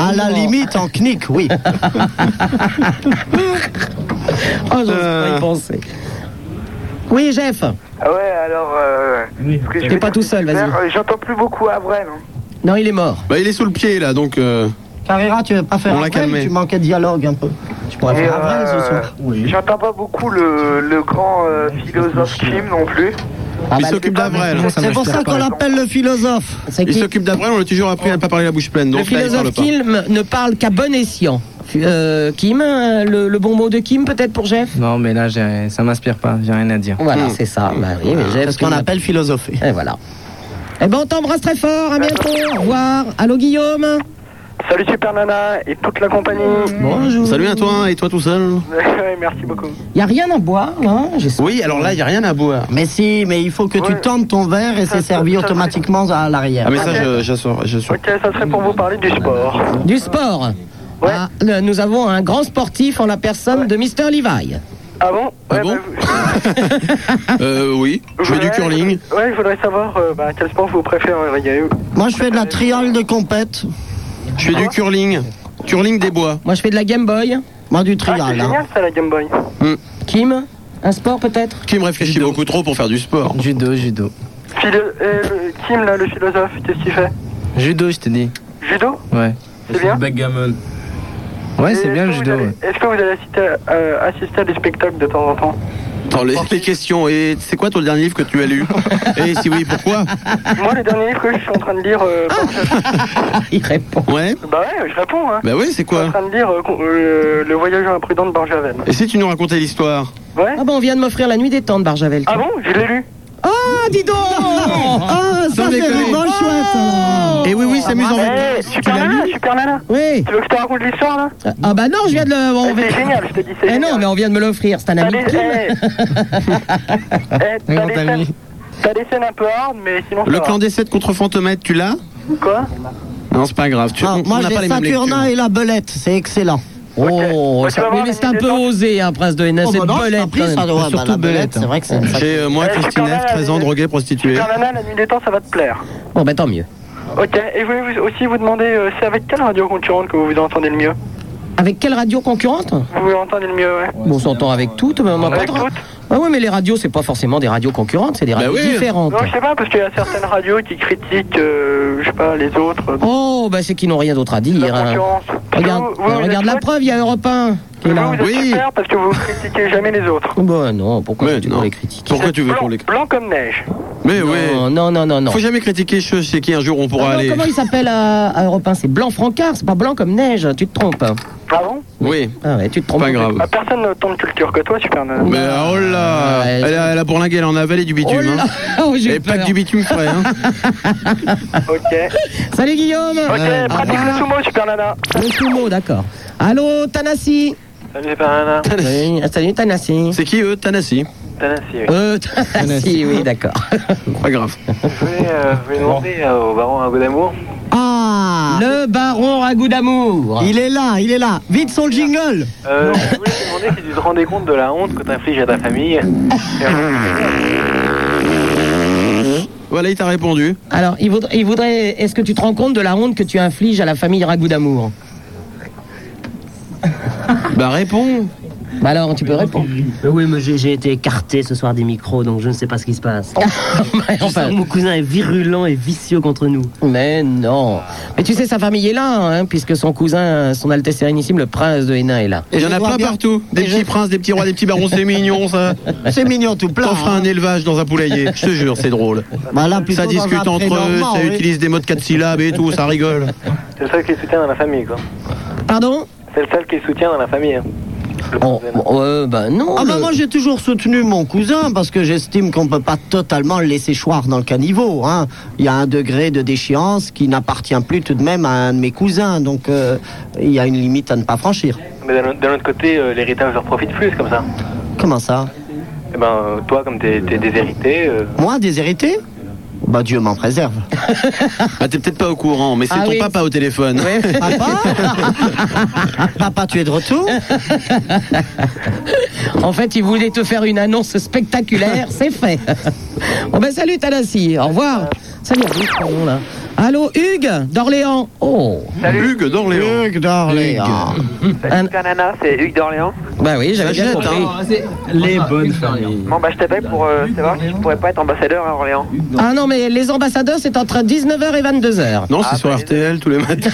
S5: À la limite, en knick, oui.
S1: Oh, Ah, j'ose
S2: Euh.
S1: pas y penser. Oui, Jeff
S6: Ah ouais, alors. Euh, ce que je vais
S1: pas
S6: dire,
S1: tout seul,
S6: Super,
S1: vas-y.
S6: euh, J'entends plus beaucoup Avrel. hein.
S1: Non, il est mort.
S2: Bah, il est sous le pied là, donc. euh,
S5: Carrera, tu veux pas faire
S2: On l'a
S5: Avrel
S2: calmé.
S5: Tu manquais de dialogue un peu. Tu pourrais
S6: Et,
S5: faire Avrel
S6: euh,
S5: ce soir.
S6: J'entends pas beaucoup le, le grand euh, philosophe Kim non plus.
S2: il s'occupe d'Avrel. hein.
S5: Ah bah, C'est pour ça qu'on l'appelle le philosophe.
S1: C'est
S2: Il
S1: qui
S2: s'occupe d'Avrel, on l'a toujours appris à ne pas parler la bouche pleine.
S1: Le
S2: Donc, là, il parle
S1: philosophe
S2: pas.
S1: Kim ne parle qu'à bon escient. Euh, Kim, euh, le, le bon mot de Kim peut-être pour Jeff
S3: Non, mais là, j'ai- ça m'inspire pas. J'ai rien à dire.
S6: Hmm.
S2: Hmm.
S1: Voilà, c'est ça. Bah oui,
S2: Ah,
S1: mais Jeff,
S5: C'est ce qu'on
S1: Kim-
S5: appelle philosopher.
S1: Et voilà. Eh ben, on t'embrasse très fort. À bientôt. Au revoir. Allô, Guillaume
S6: Salut Super Nana et (laughs) toute la compagnie.
S1: Bonjour.
S2: Salut à toi hein, et toi tout seul.
S6: Merci beaucoup.
S1: Y a rien à boire, hein, non J'ai soif.
S2: Oui, alors là, il n'y a rien à boire.
S5: Mais si, mais il faut que tu
S6: Ouais.
S5: tentes ton verre et
S6: Ça,
S5: c'est
S6: ça,
S5: servi
S6: ça,
S5: automatiquement à l'arrière.
S2: Ah, mais ça, je, j'assure, j'assure.
S6: Ok, ça serait pour vous parler du sport.
S1: Du sport.
S6: Ouais.
S1: Ah, le- nous avons un grand sportif en la personne de Mister Levi.
S6: Ah bon
S2: Ah bon (laughs)
S6: (laughs)
S2: Euh, oui, je fais du curling.
S6: Ouais, je voudrais savoir euh, bah, quel sport vous préférez.
S5: Moi, je fais de la triole de compète.
S2: Je
S6: Ah
S2: fais du curling. Curling des bois.
S1: Moi, je fais de la Game Boy.
S5: Moi, du
S6: Ah,
S5: trial.
S6: c'est
S5: hein.
S6: génial ça la Game Boy.
S1: Kim, un sport peut-être
S2: Qui me Hmm. réfléchit beaucoup trop pour faire du sport.
S3: Judo, judo.
S6: Philo euh, le- Kim là, le philosophe, qu'est-ce qu'il fait
S3: Judo, je t'ai dit.
S2: (laughs)
S6: Judo
S3: Ouais.
S6: C'est bien
S3: Ouais,
S6: Et
S3: c'est bien
S6: est-ce que vous
S3: le judo.
S6: allez-
S3: ouais.
S6: Est-ce que vous allez assister, euh, assister à des spectacles de temps en temps
S2: Attends, les, les questions. Et c'est quoi ton dernier livre que tu
S1: (laughs)
S2: as lu Et si oui, pourquoi
S6: Moi, le dernier livre que je suis en train de lire, euh,
S1: Ah, (laughs) il répond.
S2: Ouais.
S6: bah ouais, je réponds. Hein.
S2: Bah oui, c'est
S6: Je suis en
S2: quoi
S6: train de lire euh, con- euh, Le voyageur imprudent de Barjavel.
S2: Et si tu nous racontais l'histoire
S6: Ouais
S1: Ah bon, on vient de m'offrir la nuit des temps de Barjavel.
S6: Ah bon Je l'ai lu.
S1: Ah, dis donc
S5: Ah, ça,
S2: Sans
S5: c'est
S2: déconner.
S5: du bon chouette.
S6: Ah,
S2: Et oui, oui, ça amuse en
S6: Eh, super nana, super nana.
S1: Oui.
S6: Tu veux que je te raconte l'histoire là Eh,
S1: Ah bah non, je viens de le... on
S6: C'est
S1: vient-
S6: génial, je te dis. c'est
S1: Eh
S6: génial.
S1: non, mais on vient de me l'offrir. C'est un
S6: T'as
S1: ami
S6: des,
S1: de Kim.
S6: eh, eh, t'as
S3: Raconte
S6: des
S3: à
S6: scènes-
S3: lui.
S6: t'as des scènes un peu hard, mais sinon. ça
S2: Le
S6: va.
S2: clan des 7 contre Fantomètre, tu l'as
S6: Quoi
S2: Non, c'est pas grave. Tu,
S5: Ah,
S2: on- on
S5: Moi,
S2: n'a pas
S5: j'ai
S2: les mêmes
S5: Saturnin
S2: lectures.
S5: et la belette. C'est excellent.
S1: Oh,
S6: Bah, tu
S1: ça-
S6: vas
S1: oui,
S6: voir
S1: mais
S6: la
S1: c'est un
S6: nuit des
S1: peu
S6: temps.
S1: osé, hein, Prince de Hénin.
S5: Oh,
S1: C'est
S5: bah non, c'est
S1: belette.
S5: pas pris,
S1: quand même.
S5: ça, ouais, bah,
S3: Surtout
S5: la
S3: belette.
S5: belette. C'est vrai que c'est une
S2: J'ai euh, moi,
S6: Eh,
S2: Christine
S6: Superman,
S2: F, 13 ans,
S6: allez.
S2: droguée, prostituée.
S6: Super nana, la nuit des temps, ça va te plaire.
S1: (laughs) Bon, bah tant mieux.
S6: Ok, et je voulais vous- aussi vous demander, euh, c'est avec quelle radio concurrente que vous vous entendez le mieux
S1: Avec quelle radio concurrente
S6: Vous vous entendez le mieux, ouais.
S1: Bon, on s'entend avec toutes, mais on n'a pas
S6: Avec
S1: de ra-
S6: toutes
S1: Ah ouais, mais les radios, c'est pas forcément des radios concurrentes, c'est des radios
S2: Bah oui.
S1: différentes.
S6: Non, je sais pas, parce qu'il y a certaines radios qui critiquent, euh, je sais pas, les autres. euh,
S1: Oh, bah c'est qu'ils n'ont rien d'autre à
S6: la
S1: dire. hein.
S6: concurrence. Parce que
S1: Regarde, bah,
S6: vous- vous, vous
S1: regarde
S6: êtes
S1: la
S6: chouette,
S1: preuve, il y a Europe 1 qui est
S6: vous,
S1: là.
S6: vous êtes
S2: Oui.
S6: super parce que vous critiquez jamais les autres.
S1: Bah non, pourquoi
S2: Mais
S1: tu
S2: non.
S1: veux les critiquer
S2: Pourquoi tu veux
S6: Blanc-
S2: qu'on les
S6: Blanc comme neige.
S2: Mais
S1: non,
S2: ouais.
S1: non, non, non, non.
S2: Faut jamais critiquer les choses, c'est qu'un jour on
S1: Ah
S2: pourra
S1: non,
S2: aller.
S1: Comment il s'appelle à, à Europe 1 C'est Blanc Francard, c'est pas blanc comme neige, tu te trompes.
S6: Ah bon
S2: Oui,
S1: Ah ouais, tu te trompes.
S2: pas grave.
S6: Bah, Personne ne tombe culture que toi, super nana.
S2: Mais ah, oh là
S1: Ouais.
S2: Elle a, elle a bourlingué, elle en a avalé du
S1: Oh
S2: bitume.
S1: là,
S2: hein.
S1: (laughs) oh, j'ai
S2: Et
S1: eu
S2: pas que
S1: peur.
S2: du bitume frais. Hein.
S6: (laughs) Ok.
S1: (laughs) Salut Guillaume
S6: Ok,
S1: Euh, au
S6: pratique le
S1: revoir.
S6: sumo, super nana.
S1: Le sumo, d'accord. Allô, Tanassi
S11: Salut, super nana.
S1: Oui, (laughs) Salut Tanassi.
S2: C'est qui eux Tanassi
S11: Tanassi, oui.
S2: (laughs)
S1: Euh, (laughs) Tanassi, oui, d'accord.
S2: Pas grave.
S11: Je voulais, euh, je voulais demander euh, au baron un goût d'amour.
S5: Ah
S1: Le baron à goût d'amour.
S5: Il est là, il est là. Vite son jingle
S11: Euh, je voulais te demander si tu te rendais compte de la honte que t'infliges à ta famille.
S2: Voilà, il t'a répondu.
S1: Alors, il voudrait, il voudrait- est-ce que tu te rends compte de la honte que tu infliges à la famille Ragout d'amour
S2: (laughs) Bah réponds.
S1: Bah alors, tu peux répondre.
S12: Euh, Oui, mais j'ai j'ai été écarté ce soir des micros, donc je ne sais pas ce qui se passe.
S1: (laughs) Mais enfin,
S12: Mon cousin est virulent et vicieux contre nous.
S1: mais non. Mais tu sais, sa famille est là, hein, puisque son cousin, son Altesse Sérénissime, le prince de Hénin, est là.
S2: Il y en
S5: je
S2: a
S5: vois
S2: plein
S5: bien.
S2: partout. Des
S5: Et je-
S2: petits princes, des petits rois, des petits barons, c'est mignon ça.
S5: C'est mignon tout plein.
S2: T'en feras
S5: hein.
S2: un élevage dans un poulailler, je te jure, c'est drôle.
S5: Bah là, plutôt
S2: Ça
S5: dans un
S2: discute entre eux,
S5: pré-normand,
S2: ça
S5: oui.
S2: utilise des mots de 4 syllabes et tout, ça rigole.
S11: C'est le seul qui soutient dans la famille, quoi.
S1: Pardon
S11: C'est le seul qui soutient dans la famille. hein. Le
S1: oh,
S11: problème.
S1: euh, bah non.
S5: Ah bah
S1: le-
S5: moi j'ai toujours soutenu mon cousin parce que j'estime qu'on peut pas totalement le laisser choir dans le caniveau. Hein. Il y a un degré de déchéance qui n'appartient plus tout de même à un de mes cousins, donc euh, il y a une limite à ne pas franchir.
S11: Mais d'un d'un autre côté, euh, l'héritage leur profite plus, comme ça.
S5: Comment ça
S11: Eh ben, euh, toi, comme t'es t'es déshérité, euh,
S5: Moi déshérité Bah Dieu m'en préserve.
S2: (laughs) Ah, t'es peut-être pas au courant, mais c'est
S1: Ah
S2: ton
S5: (laughs)
S1: oui.
S2: papa au téléphone. (laughs)
S5: Papa Papa tu es de (laughs) retour
S1: En fait, il voulait te faire une annonce spectaculaire, c'est fait. Bon ben salut Tanassi, au revoir. Salut, Hugues, pardon, là. Allô, Hugues d'Orléans. Oh,
S2: Hugues d'Orléans.
S5: d'Orléans.
S1: Un-
S6: Salut, super nana, c'est Hugues d'Orléans.
S1: bah oui, j'avais bien
S2: Jette,
S1: compris.
S13: Les bonnes familles.
S6: Bon, bah, je t'appelle pour euh, savoir si je pourrais pas être ambassadeur à Orléans.
S1: Ah non, mais les ambassadeurs, c'est entre 19h et 22h.
S2: Non, c'est
S6: Ah,
S2: sur
S6: bah,
S2: RTL tous les matins.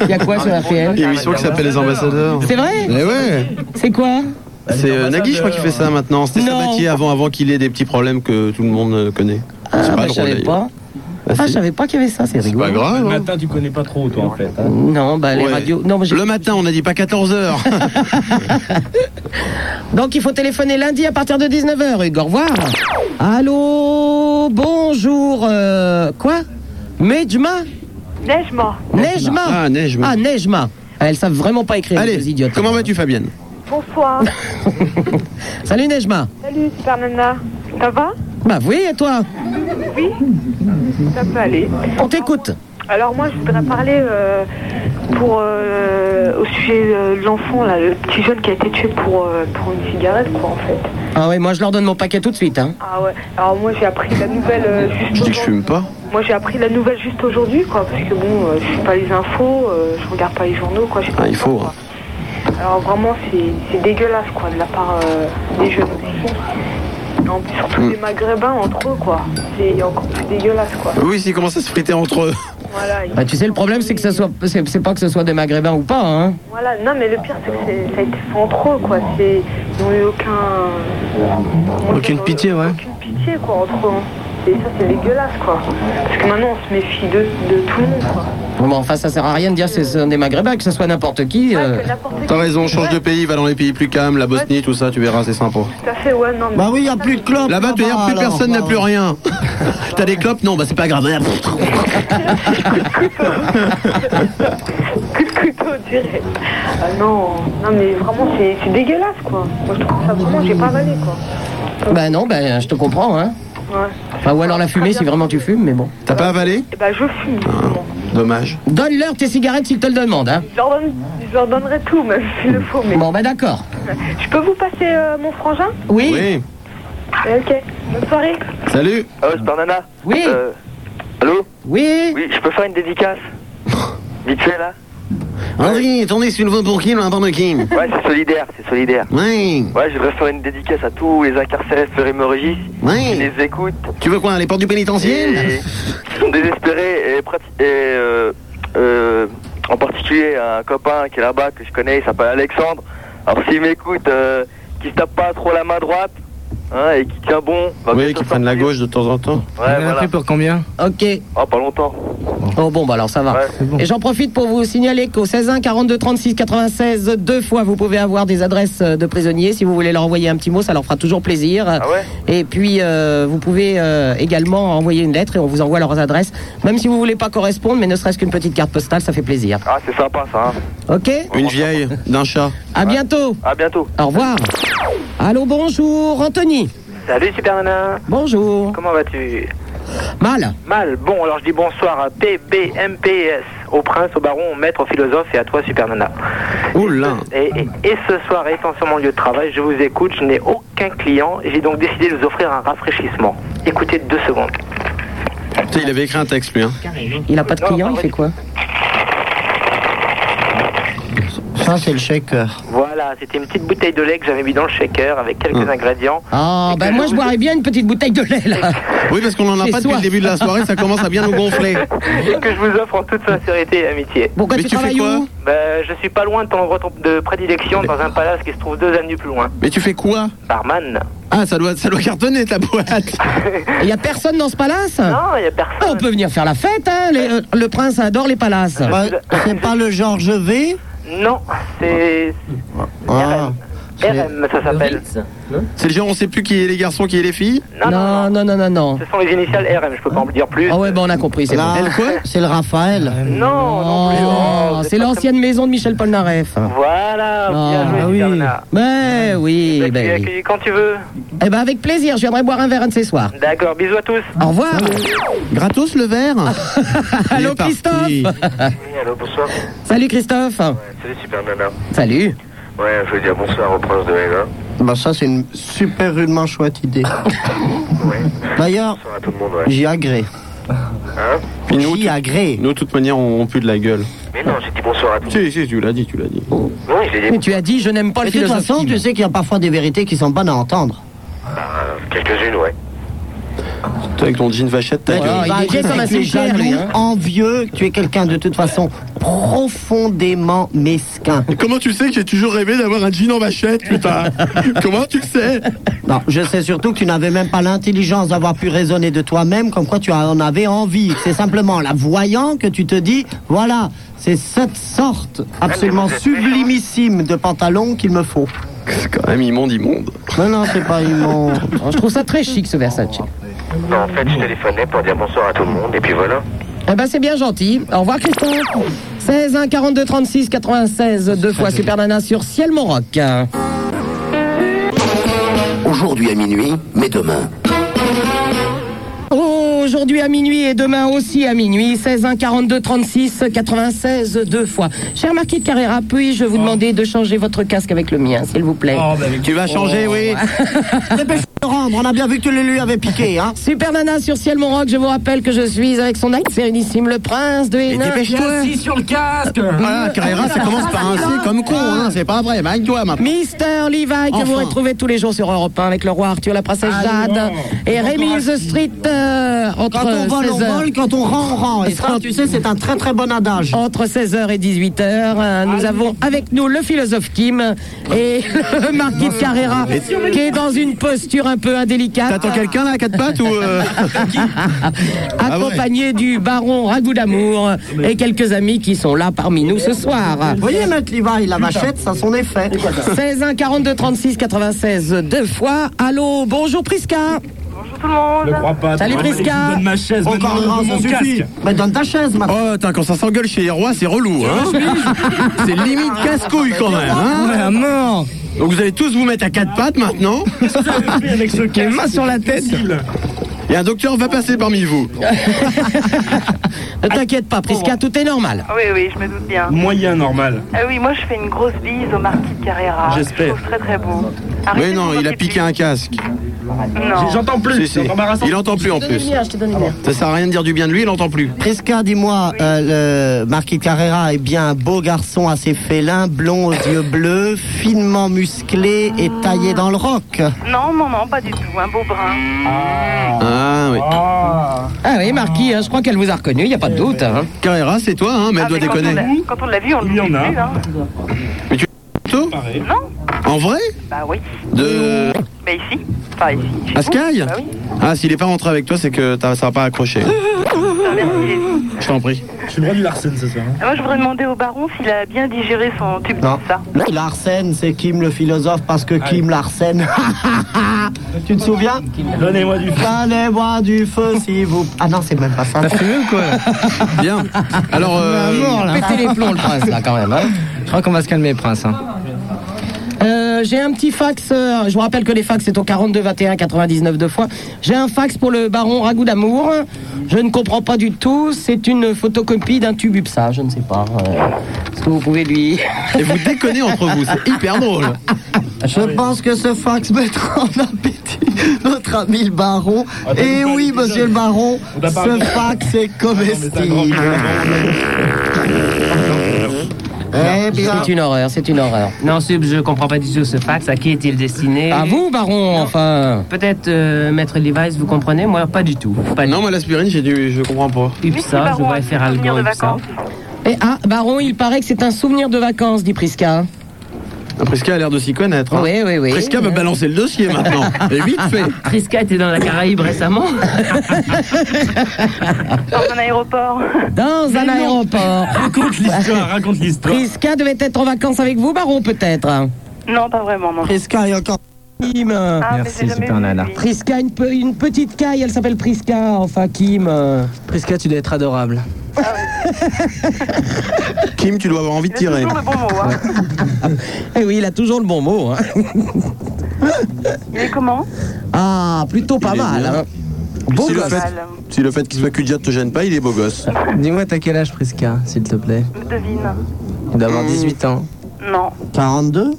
S1: Il y a quoi sur RTL
S2: Il y a une émission qui s'appelle Les Ambassadeurs.
S1: Ah, C'est vrai
S2: Eh ouais
S1: C'est quoi
S2: C'est euh, Nagui, je crois, qui fait ça maintenant. C'était
S1: Non.
S2: Sabatier avant, avant qu'il ait des petits problèmes que tout le monde euh, connaît. C'est
S1: bah, Je savais
S2: d'ailleurs.
S1: pas.
S2: Ah,
S1: Ah,
S2: si.
S1: je savais pas qu'il y avait ça, c'est
S2: C'est pas
S1: rigolo.
S2: grave. hein.
S13: tu connais pas trop, toi, en fait.
S1: Non, bah les
S2: Ouais.
S1: radios. Non, mais j'ai-
S2: Le matin, on a dit pas
S1: (laughs)
S2: 14h.
S1: Donc il faut téléphoner lundi à partir de 19h, Hugues. Au revoir. Allô, bonjour. euh, quoi Nejma
S3: Neige-moi.
S1: Nejma
S2: Ah, Nejma.
S1: Ah, Nejma. Ah, Elles savent vraiment pas écrire, les
S2: Allez,
S1: idiotes.
S2: comment vas-tu, Fabienne
S3: Bonsoir.
S1: Salut Nejma.
S3: Salut, super nana. Ça va
S1: Bah oui, et toi
S3: Oui Ça peut aller.
S1: On t'écoute.
S3: Alors moi, je voudrais parler euh, pour euh, au sujet euh, de l'enfant, là, le petit jeune qui a été tué pour, euh, pour une cigarette, quoi, en fait.
S1: Ah oui, moi je leur donne mon paquet tout de suite. Hein.
S3: Ah ouais. Alors moi, j'ai appris la nouvelle euh,
S2: Je
S3: juste
S2: dis que je
S3: aujourd'hui.
S2: fume pas.
S3: Moi, j'ai appris la nouvelle juste aujourd'hui, quoi, parce que bon, euh, je suis pas les infos, euh, je regarde pas les journaux, quoi. j'ai pas
S2: Ah,
S3: le
S2: il
S3: temps,
S2: faut,
S3: quoi. Alors vraiment, c'est c'est dégueulasse, quoi, de la part euh, des jeunes aussi. En plus, surtout
S5: Mm.
S3: les Maghrébins entre eux, quoi. C'est encore plus dégueulasse, quoi.
S2: Oui, c'est comment ça se friter entre eux.
S3: Voilà.
S1: Bah, tu sais, le problème c'est que ce soit, c'est c'est pas que ce soit des Maghrébins ou pas. Hein.
S3: Voilà, non mais le pire c'est que c'est- ça a été fait entre eux quoi, c'est... Ils n'ont eu aucun...
S13: Aucune pitié, ouais.
S3: Aucune pitié quoi entre eux. hein. Et ça c'est dégueulasse quoi. Parce que maintenant on se méfie de, de tout le monde quoi.
S1: Bon, bah, enfin, ça sert à rien de dire que ce sont des Maghrébins, que ce soit n'importe qui.
S3: Ouais,
S1: euh.
S3: que n'importe qui-
S2: T'as raison, change de
S3: Ouais,
S2: pays, va dans les pays plus calmes, la Bosnie, tout ça, tu verras, c'est sympa.
S3: Tout à fait, ouais, non mais...
S5: Bah oui, il n'y a plus de clopes.
S1: ah
S2: Là-bas, tu veux dire, plus
S5: alors,
S2: personne n'a
S5: bah,
S2: plus
S1: (laughs)
S2: rien. T'as des clopes Non, bah c'est pas grave.
S3: Coup de couteau direct. Ah non, non mais vraiment c'est c'est dégueulasse quoi. Moi je trouve ça vraiment, j'ai pas avalé quoi.
S1: Bah non, bah, je te comprends. Hein.
S3: Ouais.
S1: Enfin, ou alors la fumée si vraiment tu fumes, mais bon.
S2: T'as pas avalé
S3: Et bah je fume justement.
S2: Dommage.
S1: Donne-leur tes cigarettes s'ils te le demandent. Hein.
S3: Je leur, donne- je leur donnerai tout même s'il le faut mais...
S1: Bon, bah d'accord.
S3: Je peux vous passer euh, mon frangin
S1: Oui, oui.
S2: Oui.
S3: Ok, bonne soirée.
S2: Salut.
S6: Oh, super nana.
S1: Oui.
S2: (laughs)
S6: Euh, allô Oui, je peux faire une dédicace Vite fait, là
S2: Henri, attendez, s'il vous veut pour qui, là, pardon, qui
S6: Ouais, c'est solidaire, c'est solidaire.
S2: Oui.
S6: Ouais, je voudrais faire une dédicace à tous les incarcérés de Fleury-Mérogis
S2: Oui.
S6: qui les écoutent.
S2: Tu veux quoi, les portes du pénitencier
S6: et- qui sont désespérés et, prati- et, euh, euh, en particulier un copain qui est là-bas que je connais, il s'appelle Alexandre. Alors s'il m'écoute, euh, qui se tape pas trop la main droite hein, et qui tient bon, va
S2: Oui,
S6: bientôt
S2: qui prennent la gauche de temps en temps.
S6: Ouais, voilà.
S1: pour combien Ok.
S6: Ah, pas longtemps.
S1: Oh bon, bah alors ça va. Et j'en profite pour vous signaler qu'au 16 1 42 36 96, deux fois, vous pouvez avoir des adresses euh, de prisonniers. Si vous voulez leur envoyer un petit mot, ça leur fera toujours plaisir.
S6: Ah
S1: et puis, euh, vous pouvez euh, également envoyer une lettre et on vous envoie leurs adresses. Même si vous voulez pas correspondre, mais ne serait-ce qu'une petite carte postale, ça fait plaisir.
S6: Ah, c'est sympa ça. hein.
S1: Ok
S2: Une vieille, d'un chat.
S1: À bientôt.
S6: À bientôt.
S1: Au revoir. Allô, bonjour, Anthony.
S14: Salut Super Nana
S1: Bonjour
S14: Comment vas-tu
S1: Mal
S14: Mal, bon alors je dis bonsoir à PBMPS, au prince, au baron, au maître, au philosophe et à toi Super Nana.
S2: Oula
S14: Et, et, et ce soir étant sur mon lieu de travail, je vous écoute, je n'ai aucun client, j'ai donc décidé de vous offrir un rafraîchissement. Écoutez deux secondes.
S2: Tu sais, il avait écrit un texte, lui. Hein.
S1: Il a pas de client, il fait quoi
S5: Ça, c'est le shaker.
S14: Voilà, c'était une petite bouteille de lait que j'avais mis dans le shaker avec quelques ingrédients.
S1: Ah, ben moi, je boirais bien une petite bouteille de lait, là.
S2: Oui, parce qu'on en a
S1: J'ai
S2: pas depuis
S1: soif.
S2: le début de la soirée, ça commence à bien
S1: (laughs)
S2: nous gonfler.
S14: et que je vous offre en toute sincérité et amitié.
S1: Pourquoi
S2: Mais tu tu travailles fais quoi où
S14: Ben, Je suis pas loin de ton endroit de prédilection dans un palace qui se trouve deux avenues plus loin.
S2: Mais tu fais quoi
S14: Barman.
S2: Ah, ça doit, ça doit cartonner ta boîte.
S1: Il y a personne dans ce palace Non,
S14: il y a personne.
S1: on peut venir faire la fête, hein les- euh, Le prince adore les palaces.
S5: Bah, c'est pas le Georges V
S14: Non, c'est.
S5: Ah.
S14: RM, ça s'appelle.
S2: C'est le genre, on sait plus qui est les garçons, qui est les filles
S1: Non, non, non, non, non.
S14: Ce sont les initiales RM, je peux pas en dire plus.
S1: Ah ouais, ben on a compris, c'est
S5: Là,
S1: bon.
S5: c'est le Raphaël.
S14: Non, Oh,
S1: non plus. Oh, c'est l'ancienne maison de Michel Polnareff.
S14: Voilà,
S1: Ah,
S14: bien joué,
S1: oui.
S14: Bernard.
S1: Ben oui,
S14: Tu es
S1: ben oui.
S14: accueilli quand tu veux.
S1: Eh ben avec plaisir, je viendrai boire un verre un de ces soirs.
S14: D'accord, bisous à tous.
S1: Au revoir.
S2: Gratos le verre
S14: (laughs)
S2: (laughs)
S1: Allô Christophe
S7: Oui, allô, bonsoir.
S1: Salut Christophe
S7: Salut, Super Nana.
S1: Salut
S7: Ouais, je veux dire bonsoir au prince de Hénin.
S5: Bah ça c'est une super rudement chouette (laughs) idée. D'ailleurs,
S7: Bonsoir à tout le monde, ouais.
S5: j'y agrée.
S7: Hein
S5: J'y agrée.
S2: Nous, de toute manière, on, on pue de la gueule.
S7: Mais non, j'ai dit bonsoir à tout
S2: Si, si, tu l'as dit, tu l'as dit.
S1: Oh.
S7: le monde. Oui, j'ai dit.
S1: tu as dit je n'aime pas
S5: Mais
S1: le
S5: de toute
S1: philosophe.
S5: façon, tu sais qu'il y a parfois des vérités qui sont bonnes à entendre.
S7: Bah, euh, quelques-unes, ouais.
S2: Toi, avec ton jean vachette, ta gueule.
S5: Bah,
S1: Ah, est gay
S5: que
S1: comme un
S5: tu es
S1: sucre,
S5: jaloux,
S1: lui, hein.
S5: envieux, que tu es quelqu'un de toute façon profondément mesquin.
S2: Comment tu sais que j'ai toujours rêvé d'avoir un jean en vachette,
S5: (laughs)
S2: putain Comment tu le sais
S5: Non, je sais surtout que tu n'avais même pas l'intelligence d'avoir pu raisonner de toi-même comme quoi tu en avais envie. C'est simplement la voyant que tu te dis, voilà, c'est cette
S2: Ah,
S5: sorte absolument sublimissime de pantalon qu'il me faut.
S2: C'est quand même immonde, immonde.
S5: Non, non, c'est pas immonde.
S1: Oh, (laughs) Je trouve ça très chic ce Versace.
S7: Non, en fait, je téléphonais pour dire bonsoir à tout le monde, et puis voilà.
S1: Eh ben c'est bien gentil. Au revoir Christophe. 16 1 42 36 96 deux fois Super Nana sur Ciel Monroc.
S4: Aujourd'hui à minuit, mais demain.
S1: Oh, Aujourd'hui à minuit et demain aussi à minuit, 16 1 42 36 96 deux fois. Cher Marquis de Carrera, puis-je vous demander de changer votre casque avec le mien, s'il vous plaît
S3: Oh,
S2: Tu vas changer,
S1: Oh,
S2: oui (laughs)
S5: Dépêche-toi de te rendre, on a bien vu que tu le lui avais piqué, hein.
S1: Super Nana sur Ciel Monroc, je vous rappelle que je suis avec son ex sérénissime le prince de
S2: Et
S1: Hénin.
S2: dépêche-toi
S15: sur le casque
S2: Ah, Carrera, ça commence par un C comme con, hein, c'est pas vrai, mais toi maintenant.
S1: Mister Levi, que
S2: Enfin.
S1: vous retrouvez tous les jours sur Europe 1 avec le roi Arthur, la princesse
S15: Alors,
S1: Jade et Rémi The Street euh, entre
S5: Quand on vole, on
S1: 16 heures-
S5: vole, quand on rend, on rend. Et ça, tu sais, c'est un très très bon adage.
S1: Entre 16h et 18h, euh, nous avons avec nous le philosophe Kim et
S5: (laughs)
S1: le marquis de Carrera qui est dans une posture un peu indélicate,
S2: T'attends quelqu'un là à quatre pattes
S1: (laughs)
S2: ou. euh, (laughs)
S1: accompagné du baron Ragout d'amour et quelques amis qui sont là parmi nous ce soir.
S5: Vous voyez, Maître Levi, la machette, ça a son effet.
S1: 16 1 42 36 96 deux fois. Allô, bonjour Prisca.
S9: Bonjour tout le monde.
S3: Je
S2: Ah
S3: crois
S2: bah,
S3: pas.
S1: Salut,
S3: Attends,
S1: Prisca.
S3: Donne ma chaise, donne
S5: Encore
S3: mon-
S5: un,
S3: mon
S5: ça suffit.
S3: casque.
S5: Mais donne ta chaise maintenant.
S2: Oh, putain, quand ça s'engueule chez les rois, c'est relou, hein (laughs) C'est limite casse-couille quand même, hein
S3: Ouais, à mort
S2: Donc vous allez tous vous mettre à quatre pattes
S3: (laughs)
S2: maintenant.
S3: Avec ce casque. main sur la tête
S2: Et un docteur va passer parmi vous.
S1: Ne t'inquiète pas, Prisca, tout est normal.
S9: Ah Oui, oui, je me doute bien.
S3: Moyen normal.
S9: Ah oui, moi je fais une grosse bise au marquis de Carrera.
S3: J'espère.
S9: Je trouve très très beau.
S3: Ah,
S2: Mais non, il a piqué un casque.
S3: J'entends plus,
S2: Si, si.
S3: c'est embarrassant.
S2: Il entend plus en
S3: Je te donne
S2: plus.
S3: une bière, je te donne une bière.
S2: Ça sert à rien de dire du bien de lui, il entend plus.
S5: Prisca, dis-moi, euh, le Marquis de Carrera est bien un beau garçon assez félin, blond aux yeux bleus, finement musclé et taillé dans le roc.
S15: Non, non, non, pas du tout. Un beau brun.
S2: Ah oui.
S1: Ah oui, Marquis, hein, je crois qu'elle vous a reconnu, il n'y a pas de doute. hein.
S2: Carrera, c'est toi, hein, mais elle
S15: Ah,
S2: doit
S15: mais quand on
S2: déconner.
S15: l'a- Quand on l'a vu, on le voulait plus. Hein.
S2: Mais tu tout
S15: Non
S2: En vrai
S15: Bah oui.
S2: De.
S15: Bah ici. Enfin, ici. chez
S2: À
S15: vous.
S2: Sky
S15: Bah oui.
S2: Ah, s'il est pas rentré avec toi, c'est que t'as- ça va pas accroché.
S15: Putain, merci, il est-
S2: Je t'en prie.
S3: Je suis le roi du Larsen hein. ce soir.
S15: Ah, Moi, je voudrais demander au baron s'il a bien digéré son tube de
S5: Non.
S15: ça.
S5: Larsen, c'est Kim le philosophe parce
S3: Ah
S5: que Kim Larsen. (laughs) tu te souviens
S3: Donnez-moi du
S5: feu. Donnez-moi du
S3: (laughs)
S5: feu si vous. Ah non, c'est même pas ça.
S2: ou quoi
S5: (laughs)
S2: Bien. Alors. euh,
S1: Pétez les plombs, le prince, là, quand même. hein.
S16: Je crois qu'on va se calmer, Prince. hein.
S1: Euh, j'ai un petit fax. euh, je vous rappelle que les fax, c'est au 42 21 99 deux fois. J'ai un fax pour le baron Ragout d'amour. Je ne comprends pas du tout. C'est une photocopie d'un tube UPSA. Je ne sais pas. euh, Est-ce que vous
S5: (laughs)
S1: pouvez lui.
S2: Et vous déconnez entre vous. C'est
S1: (laughs)
S2: hyper drôle.
S5: Je pense que ce fax mettra en appétit notre ami le baron.
S3: Ah, t'as
S5: Et
S3: une
S5: oui,
S3: balle,
S5: monsieur le
S3: déjà.
S5: baron,
S3: On t'a Ah parlé.
S5: ce fax est comestible.
S3: hein.
S1: Euh.
S17: Eh bien.
S1: C'est une horreur, c'est une horreur.
S17: Non, Sub, je comprends pas du tout ce fax. À qui est-il destiné
S1: À vous, baron, enfin.
S17: Peut-être euh, Maître Levi's, vous comprenez Moi, pas du tout. Pas
S2: Non, moi, l'aspirine, j'ai du. Je comprends pas.
S17: UPSA, je devrais faire algo UPSA.
S1: Et ah, baron, il paraît que c'est un souvenir de vacances, dit Prisca.
S2: Ah, Prisca a l'air de s'y connaître. hein.
S1: Oui, oui, oui.
S2: Prisca va balancer le
S17: (laughs)
S2: dossier maintenant. Et vite fait.
S17: Prisca était dans la Caraïbe
S2: (laughs)
S17: récemment.
S15: (laughs) Dans un aéroport.
S1: Dans un aéroport.
S3: Ah, Raconte
S15: Ah,
S3: l'histoire, raconte l'histoire.
S1: Prisca devait être en vacances avec vous, baron, peut-être.
S15: Non, pas vraiment, non.
S5: Prisca est encore.
S1: Kim.
S15: Ah, mais j'ai jamais vu, lui.
S1: Prisca, une, pe- une petite caille, elle s'appelle Prisca, enfin Kim. euh.
S16: Prisca, tu dois être adorable.
S2: (laughs) Kim, tu dois avoir envie de
S15: Ah C'est
S2: tirer.
S15: toujours le bon mot, hein.
S2: (laughs)
S17: (laughs)
S1: Eh oui, il a toujours le bon mot. hein.
S15: Il est comment
S1: Ah, plutôt pas
S2: Il est
S1: mal.
S2: bien.
S1: hein. Beau
S2: si, le
S1: gosse.
S2: fait, si le fait qu'il soit cul te gêne pas, il est beau gosse.
S16: Dis-moi, t'as quel âge, Prisca, s'il te plaît
S15: Je devine.
S16: Tu dois
S5: Hmm.
S16: avoir 18 ans.
S15: Non.
S5: 42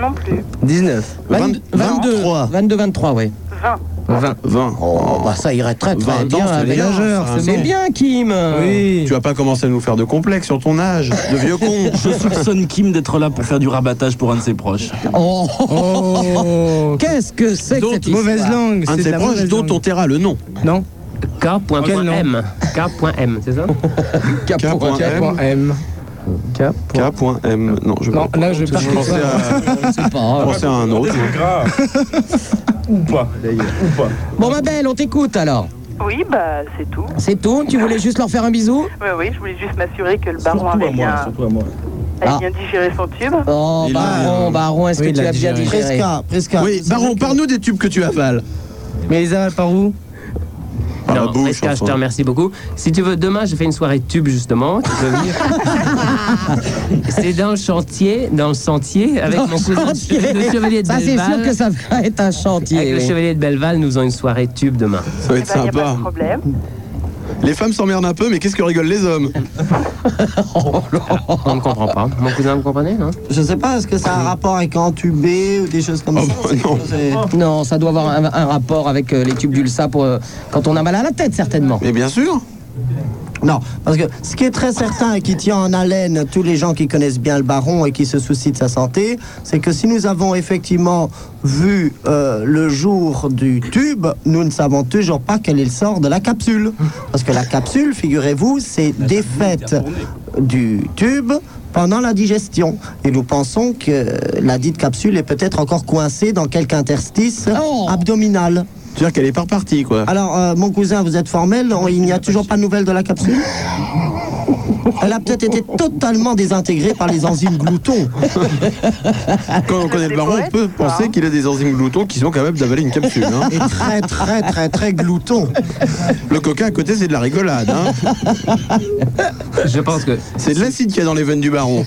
S15: Non plus.
S16: 19.
S1: 20 22,
S2: 23.
S1: 22, 23, oui.
S15: 20.
S16: 20.
S2: 20.
S1: Oh, bah ça irait très très
S2: 20
S1: bien.
S2: ans, c'est
S1: avec-
S2: majeur, c'est
S1: C'est
S2: bon.
S1: bien, Kim.
S16: Oui.
S2: Tu vas pas commencer à nous faire de complexe sur ton âge, de vieux con.
S18: Je soupçonne Kim d'être là pour faire du rabattage pour un de ses proches.
S1: Oh,
S16: Oh
S1: qu'est-ce que c'est que
S2: Donc,
S1: cette
S16: Mauvaise
S1: histoire
S16: langue, c'est
S2: Un de
S16: de
S2: ses
S16: la
S2: proches
S16: mauvaise
S2: dont on
S16: langue.
S2: taira le nom.
S16: Non Quel nom
S17: K.M. K.M, c'est ça
S2: K.M.
S16: M. K.
S2: K.M. Non, je,
S16: Non, là, je
S2: je pensais
S16: pars.
S2: à,
S1: Je sais pas, hein.
S2: pensais à un autre.
S3: Ou pas. Ou pas.
S1: Bon, ma belle, on t'écoute alors.
S15: Oui, bah, c'est tout.
S1: C'est tout Tu voulais juste leur faire un bisou
S15: Oui, oui, je voulais juste m'assurer que le baron
S3: Surtout
S15: avait
S3: à moi,
S15: bien,
S3: surtout à moi.
S15: avait
S1: Ah.
S15: bien digéré son tube.
S1: Oh,
S2: Il a-
S1: Baron, Baron, est-ce
S16: Oui,
S1: que
S16: il
S1: tu
S16: a
S1: as bien
S16: digéré.
S1: digéré
S5: Prisca, Prisca.
S2: Oui, Baron, parle-nous des tubes que tu avales.
S16: Mais ils avalent par où
S2: Par la
S17: Non,
S2: bouche,
S17: Prisca, je
S2: enfin.
S17: te remercie beaucoup. Si tu veux, (laughs) demain, je fais une soirée tube, justement. Tu peux (laughs) venir. C'est dans le chantier, dans le sentier, avec
S1: Dans
S17: mon
S1: (laughs)
S17: cousin
S1: chantier.
S17: le chevalier (laughs) de
S1: Ça, c'est
S17: Belleval.
S1: sûr que ça va être un
S17: Avec
S1: chantier.
S17: le
S1: oui.
S17: chevalier de Belleval, nous avons une soirée tube demain.
S15: (laughs)
S2: Ça va
S15: Eh
S2: être
S15: ben, y a pas
S2: sympa.
S15: de problème.
S2: Les femmes s'emmerdent un peu, mais qu'est-ce que rigolent les hommes
S17: On ne comprend pas. Mon cousin, vous comprenez non
S5: Je sais pas, est-ce que ça a un rapport avec entubé ou des choses comme
S2: Oh,
S5: ça
S2: bah,
S5: C'est-
S2: non.
S5: c'est-
S1: Non, ça doit avoir un, un rapport avec euh, les tubes d'Ulsa pour euh, quand on a mal à la tête, certainement.
S2: Mais bien sûr
S5: Non, parce que ce qui est très certain et qui tient en haleine tous les gens qui connaissent bien le baron et qui se soucient de sa santé, c'est que si nous avons effectivement vu euh, le jour du tube, nous ne savons toujours pas quel est le sort de la capsule. Parce que la capsule, figurez-vous, c'est défaite du tube pendant la digestion. Et nous pensons que euh, la dite capsule est peut-être encore coincée dans quelque interstice
S1: Oh.
S5: abdominal.
S2: C'est-à-dire qu'elle est par partie, quoi.
S5: Alors, euh, mon cousin, vous êtes formel, on- il n'y a toujours pas de nouvelles de la capsule Elle a peut-être été totalement désintégrée par les enzymes
S2: (laughs)
S5: gloutons.
S2: Quand on connaît le baron, on peut penser qu'il a des enzymes gloutons qui sont capables d'avaler une capsule. hein.
S5: Et très, très, très, très glouton.
S2: Le coca à côté, c'est de la rigolade. hein.
S17: (laughs) Je pense que
S2: C'est de l'acide qu'il y a dans les veines du baron.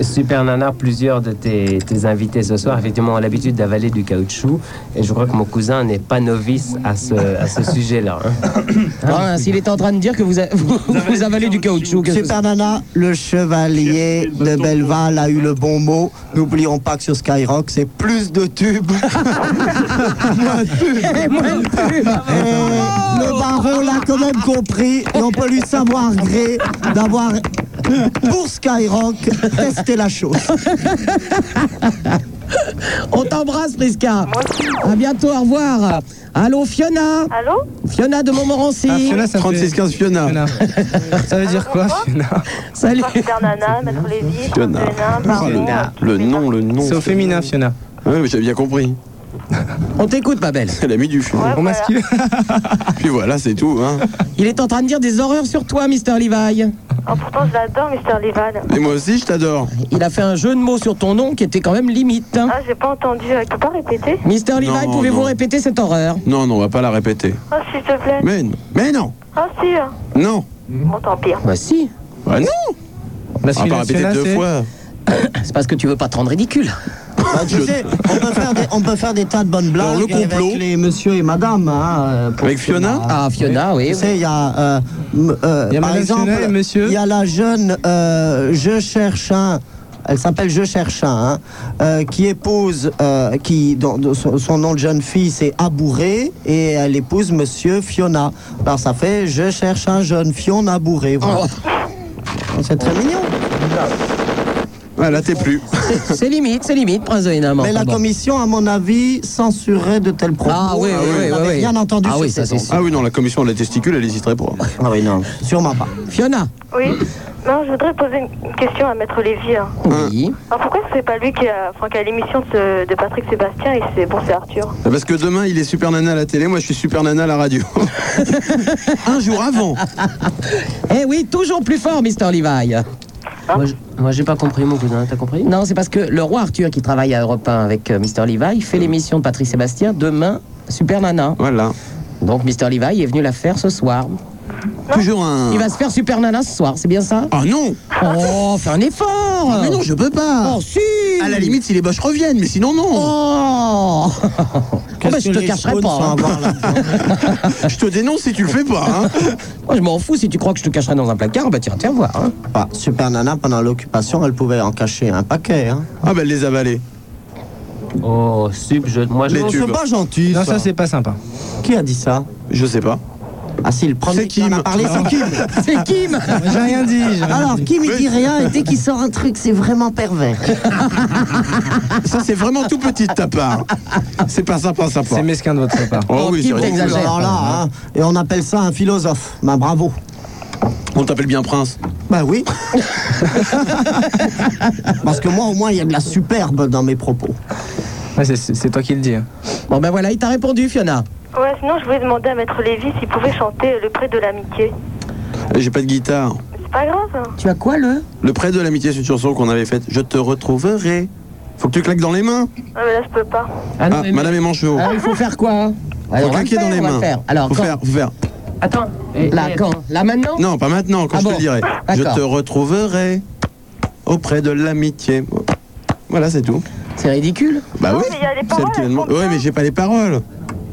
S17: Super Nana, plusieurs de tes, tes invités ce soir, effectivement, ont l'habitude d'avaler du caoutchouc. Et je crois que mon cousin n'est pas novice à ce, à ce sujet-là. hein.
S1: Ah, S'il est en train de dire que (laughs) vous, a- vous, vous avalez du caoutchouc. qu'est-ce que
S5: Super Nana, le chevalier de Belleval a eu le bon mot. N'oublions pas que sur Skyrock, c'est plus de tubes. moins de tubes.
S1: Et
S5: Eh, le baron l'a quand même compris. Et on peut lui savoir gré d'avoir, pour Skyrock, testé la chose.
S1: (laughs) On t'embrasse, Prisca. À bientôt, au revoir. Allô, Fiona
S9: Allô
S1: Fiona de Montmorency.
S16: Ah, Fiona, ça fait-
S1: 3615
S16: Fiona.
S2: (laughs)
S16: Ça veut dire quoi,
S15: Ah,
S16: Fiona
S1: Salut. (laughs)
S9: Nana, Maître Lévy,
S16: Fiona.
S9: Nana,
S16: Fiona.
S2: Le nom, le nom.
S16: C'est au féminin, Fiona.
S2: Oui, mais j'ai bien compris.
S1: (laughs) On t'écoute, ma belle.
S2: Elle a mis du feu.
S16: On masqué
S2: (laughs) Puis voilà, c'est tout. Hein.
S1: Il est en train de dire des horreurs sur toi, Mister Levi.
S9: Oh, pourtant, je l'adore, Mister Levan.
S2: Et moi aussi, je t'adore.
S1: Il a fait un jeu de mots sur ton nom qui était quand même limite. hein.
S9: Ah, j'ai pas entendu, euh, tu peux pas répéter
S1: Mister Levi,
S2: Non,
S1: pouvez-vous
S2: non.
S1: répéter cette horreur
S2: Non, non, on va pas la répéter.
S9: Oh, s'il te plaît.
S2: Mais, non. mais non.
S9: Oh, si. hein.
S2: Non.
S9: Bon, tant pis. hein.
S1: Bah si.
S2: Bah non.
S16: La
S2: on va
S16: suite
S2: pas répéter
S16: nationale,
S2: deux
S16: c'est-
S2: fois.
S1: (coughs) C'est parce que tu veux pas te rendre ridicule.
S5: Ah, tu sais, on, peut faire des, on peut faire des tas de bonnes blagues
S2: Dans le complot.
S5: avec les monsieur et madame. hein, euh, pour
S2: Avec Fiona
S1: Ah, Fiona, oui.
S5: Tu sais, il y a, euh, m- euh,
S16: Il y a
S5: par
S16: Madame
S5: exemple,
S16: Chenet et Monsieur.
S5: il y a la jeune euh, Je cherche un. Elle s'appelle Je cherche un, hein, euh, qui épouse, euh, qui dont- dont son, son nom de jeune fille c'est Abouré et elle épouse Monsieur Fiona. Alors ça fait Je cherche un jeune Fiona Abouré. Voilà.
S1: Oh.
S5: C'est très mignon.
S2: Ah, là,
S1: (laughs)
S2: t'es plus.
S1: C'est- C'est limite, c'est limite, Prince de Hénin.
S5: Mais la
S1: Bon.
S5: commission, à mon avis, censurerait de tels propos.
S1: Ah oui,
S5: et
S1: oui,
S5: on
S1: oui,
S5: n'avait
S1: oui, oui.
S5: rien entendu
S1: Ah
S5: sur
S1: oui,
S5: ces
S1: ça, c'est
S5: ondes.
S1: sûr.
S2: Ah oui, non, la commission de la testicule, elle hésiterait pas.
S5: Ah oui, non, sûrement pas.
S1: Fiona
S9: Oui. Non, je voudrais poser une question à Maître Lévy. hein.
S1: Oui.
S9: Alors, pourquoi c'est pas lui qui a, enfin, qui a l'émission de, ce- de Patrick Sébastien et c'est bon, c'est Arthur
S2: Ah, Parce que demain, il est super nana à la télé, moi, je suis super nana à
S5: (laughs)
S2: la radio. Un jour avant.
S1: (laughs) Eh oui, toujours plus fort, Mister Levi.
S2: Ah.
S17: Moi, je- Moi, j'ai pas compris, mon cousin. T'as compris
S1: Non, c'est parce que le roi Arthur qui travaille à Europe 1 avec euh, Mister Levi fait l'émission de Patrick Sébastien demain, Super Nana.
S2: Mm. Voilà.
S1: Donc Mister Levi est venu la faire ce soir.
S2: Toujours un.
S1: Il va se faire Super Nana ce soir, c'est bien ça
S2: Ah non Ah,
S1: Oh, fais un effort
S2: Mais non, je peux pas
S1: Oh, si
S2: À la limite, si les boches reviennent, mais sinon, non
S1: Oh Oh, bah,
S5: Qu'est-ce
S1: je
S5: que
S1: te
S5: les
S1: cacherai
S5: spawns
S1: pas.
S5: sont à
S1: hein.
S5: voir là-dedans
S2: (laughs) Je te dénonce si tu le fais pas, hein
S1: (laughs) Moi, je m'en fous si tu crois que je te cacherai dans un placard, bah tiens, tiens voir. hein.
S5: Bah, Super Nana, pendant l'occupation, elle pouvait en cacher un paquet. Hein.
S2: Ah, bah, elle les avaler.
S17: Oh, sub, je. Moi, je.
S2: Les
S5: Non,
S2: tubes.
S5: c'est pas gentil.
S16: Non,
S5: ça.
S16: ça, c'est pas sympa.
S5: Qui a dit ça
S2: Je sais pas.
S5: Ah, si, le premier
S2: C'est
S5: qui en
S2: Kim.
S5: a parlé, c'est Kim.
S1: (laughs) C'est Kim
S16: J'ai rien dit. j'ai rien
S5: Alors,
S16: dit.
S5: Kim, il dit rien, et dès qu'il sort un truc, c'est vraiment pervers.
S2: (laughs) Ça, c'est vraiment tout petit de ta part. C'est pas sympa, sympa.
S16: C'est mesquin de votre part.
S2: Oh oui,
S1: Kim,
S2: c'est ridicule.
S1: t'exagères.
S5: Alors là, hein, et on appelle ça un philosophe. Bah, bravo.
S2: On t'appelle bien prince.
S5: Bah oui. (laughs) Parce que moi, au moins, il y a de la superbe dans mes propos.
S16: Ouais, c'est- c'est c'est toi qui le dis. hein.
S1: Bon, ben voilà, il t'a répondu, Fiona.
S9: Ouais, sinon, je voulais demander à Maître Lévy s'il pouvait chanter Le Prêt de l'Amitié.
S2: J'ai pas de guitare.
S9: C'est pas grave, hein.
S1: Tu as quoi, le
S2: Le prêt de l'amitié, c'est une chanson qu'on avait faite. Je te retrouverai. Faut que tu claques dans les mains.
S9: Ah, mais là, je peux pas.
S17: Ah, non,
S2: Ah,
S17: mais-
S2: madame et Manchot.
S1: Alors, il faut faire quoi hein
S2: Faut
S1: Alors, on va
S2: claquer
S1: le
S2: dans
S1: faire,
S2: les
S1: on va
S2: mains.
S1: le faire. Alors,
S2: faut
S1: quand
S2: faire, faut faire.
S17: Attends.
S1: Là,
S17: Eh, eh,
S1: quand Là, maintenant
S2: Non, pas maintenant, quand
S1: Ah
S2: je
S1: bon
S2: te le dirai. Je
S1: D'accord.
S2: te retrouverai auprès de l'amitié. Voilà, c'est tout.
S1: C'est ridicule.
S2: Bah
S9: Non,
S2: oui,
S9: Ah mais il y a les
S2: c'est
S9: paroles,
S2: elle qui l'a
S9: elles
S2: demandé.
S9: sont
S2: Ouais,
S9: bien.
S2: mais j'ai pas les paroles.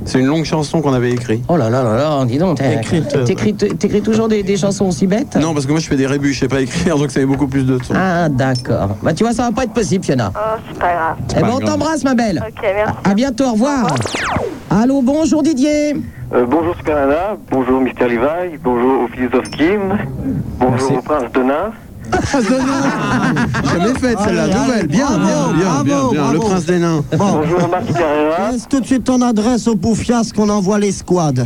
S2: C'est une longue chanson qu'on avait écrite.
S1: Oh là là là là, dis donc, t'as-
S5: Écrite, euh,
S1: t'écris t'écris toujours des, des chansons aussi bêtes
S2: Non, parce que moi je fais des rébus, je sais pas écrire, donc ça met beaucoup plus de temps.
S1: Ah d'accord. Bah tu vois, ça va pas être possible, Fiona.
S9: Oh, c'est pas grave.
S1: Eh
S2: pas
S1: ben on
S2: grave.
S1: t'embrasse, ma belle.
S9: Ok, merci.
S1: À bientôt, au revoir. Allô, bonjour Didier.
S6: Euh, bonjour Scanana, bonjour Mister Levi, bonjour au philosophe Kim, bonjour
S16: Merci.
S6: au prince Denain.
S2: (laughs) Jamais faite
S1: Ah,
S2: celle-là,
S5: Allez,
S2: nouvelle,
S5: allez,
S2: bien,
S5: bravo,
S2: bien, bien,
S5: bravo,
S2: bien, bien, le
S5: bravo.
S2: prince des nains.
S5: Bon,
S6: Bonjour Marc Carrera,
S5: laisse tout de suite ton adresse au Poufias qu'on envoie les squads.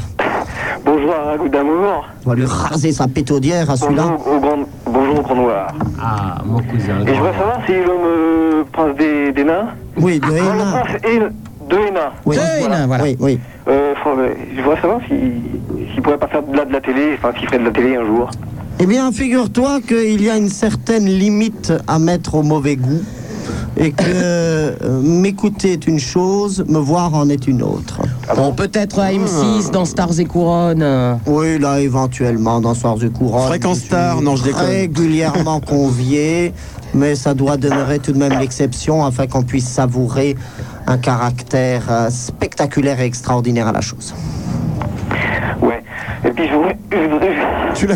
S6: bonjour à Ragout d'Amour,
S5: On va lui raser sa pétaudière à celui-là.
S6: bonjour au grand, bonjour au grand noir.
S17: Ah, mon cousin.
S6: Et je voudrais savoir si l'homme euh, prince des, des nains,
S5: Oui, de
S6: non, le
S5: Hénin.
S6: prince et- de Hénin.
S5: Oui,
S1: Deux nains, voilà.
S5: oui, oui.
S6: Euh, fr- euh, je voudrais savoir s'il si, pourrait pas faire de la, de la télé, enfin s'il ferait de la télé un jour.
S5: Eh bien, figure-toi qu'il y a une certaine limite à mettre au mauvais goût et (laughs) que euh, m'écouter est une chose, me voir en est une autre.
S1: Bon, peut-être à M6 dans Stars et Couronne.
S5: Ah. Oui, là, éventuellement, dans Soir du Couronne.
S2: Fréquence
S5: je suis
S2: Star, non, je déconne.
S5: (laughs) Régulièrement convié, mais ça doit demeurer tout de même l'exception afin qu'on puisse savourer un caractère euh, spectaculaire et extraordinaire à la chose.
S6: Ouais. Eh Bijou. Je voudrais-
S2: Tu l'as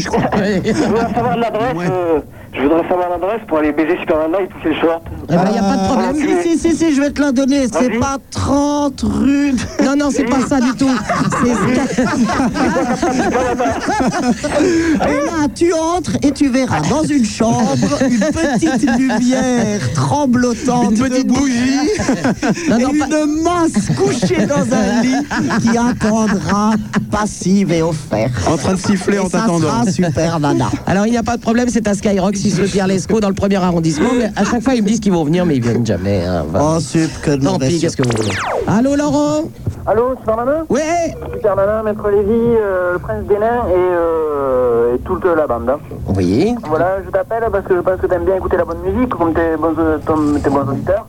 S1: (laughs)
S2: je crois.
S6: je voudrais savoir l'adresse. euh, je voudrais savoir l'adresse pour aller baiser Super Nana et pousser le short.
S5: Il n'y a pas de
S6: problème.
S5: Si, Ah, si, si, si, je vais te la donner. C'est
S6: Vas-y.
S5: pas 30 rue. de-
S1: Non, non, c'est pas ça du tout.
S5: Et là, tu entres et tu verras dans une chambre une petite lumière tremblotante. Une petite bougie. (laughs) et une masse couchée dans un lit qui attendra passive et offerte.
S2: En train de siffler en
S5: Et ça
S2: t'attendant.
S5: sera super nana.
S1: Alors, il n'y a pas de problème, c'est à Skyrock, si le Pierre Lescaut, dans le premier arrondissement. Mais à chaque fois, ils me disent qu'ils vont venir, mais ils viennent jamais. hein, voilà.
S5: Oh, sup, que de
S1: Tant
S5: mauvaise
S1: pis, qu'est-ce que vous voulez
S5: Allô, Laurent
S6: Allô, Super Nana
S1: Ouais
S6: Super Nana, Maître Lévy, euh, le prince des nains et, euh, et toute la bande. hein.
S1: Oui.
S6: Voilà, je t'appelle parce que je pense que t'aimes bien écouter la bonne musique, comme t'es bon, t'es bon auditeur.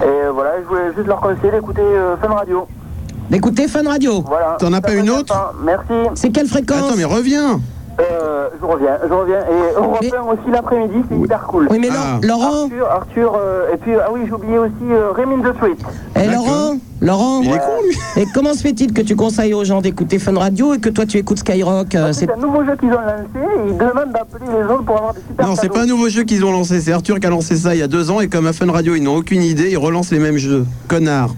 S6: Et euh, voilà, je voulais juste leur conseiller d'écouter euh, Fun Radio.
S1: D'écouter Fun Radio. Oh,
S6: Voilà.
S1: T'en as pas une autre
S6: Merci.
S1: C'est quelle fréquence
S2: Attends, mais reviens
S6: Euh, je reviens, je reviens. Et Europe 1 aussi l'après-midi, c'est hyper cool.
S1: Ah,
S6: Ah.
S1: Oui, mais Laurent
S6: Arthur, Arthur euh, et puis, ah oui, j'ai oublié aussi euh, Rémi in the Street.
S1: Eh Laurent Laurent
S6: Il est con, lui.
S1: Et comment se fait-il que tu conseilles aux gens d'écouter Fun Radio et que toi tu écoutes Skyrock euh, c'est-
S6: C'est un nouveau jeu qu'ils ont lancé et ils demandent d'appeler les autres pour avoir des super
S2: Non, c'est
S6: cadeaux.
S2: pas un nouveau jeu qu'ils ont lancé, c'est Arthur qui a lancé ça il y a deux ans et comme à Fun Radio ils n'ont aucune idée, ils relancent les mêmes jeux. Connard.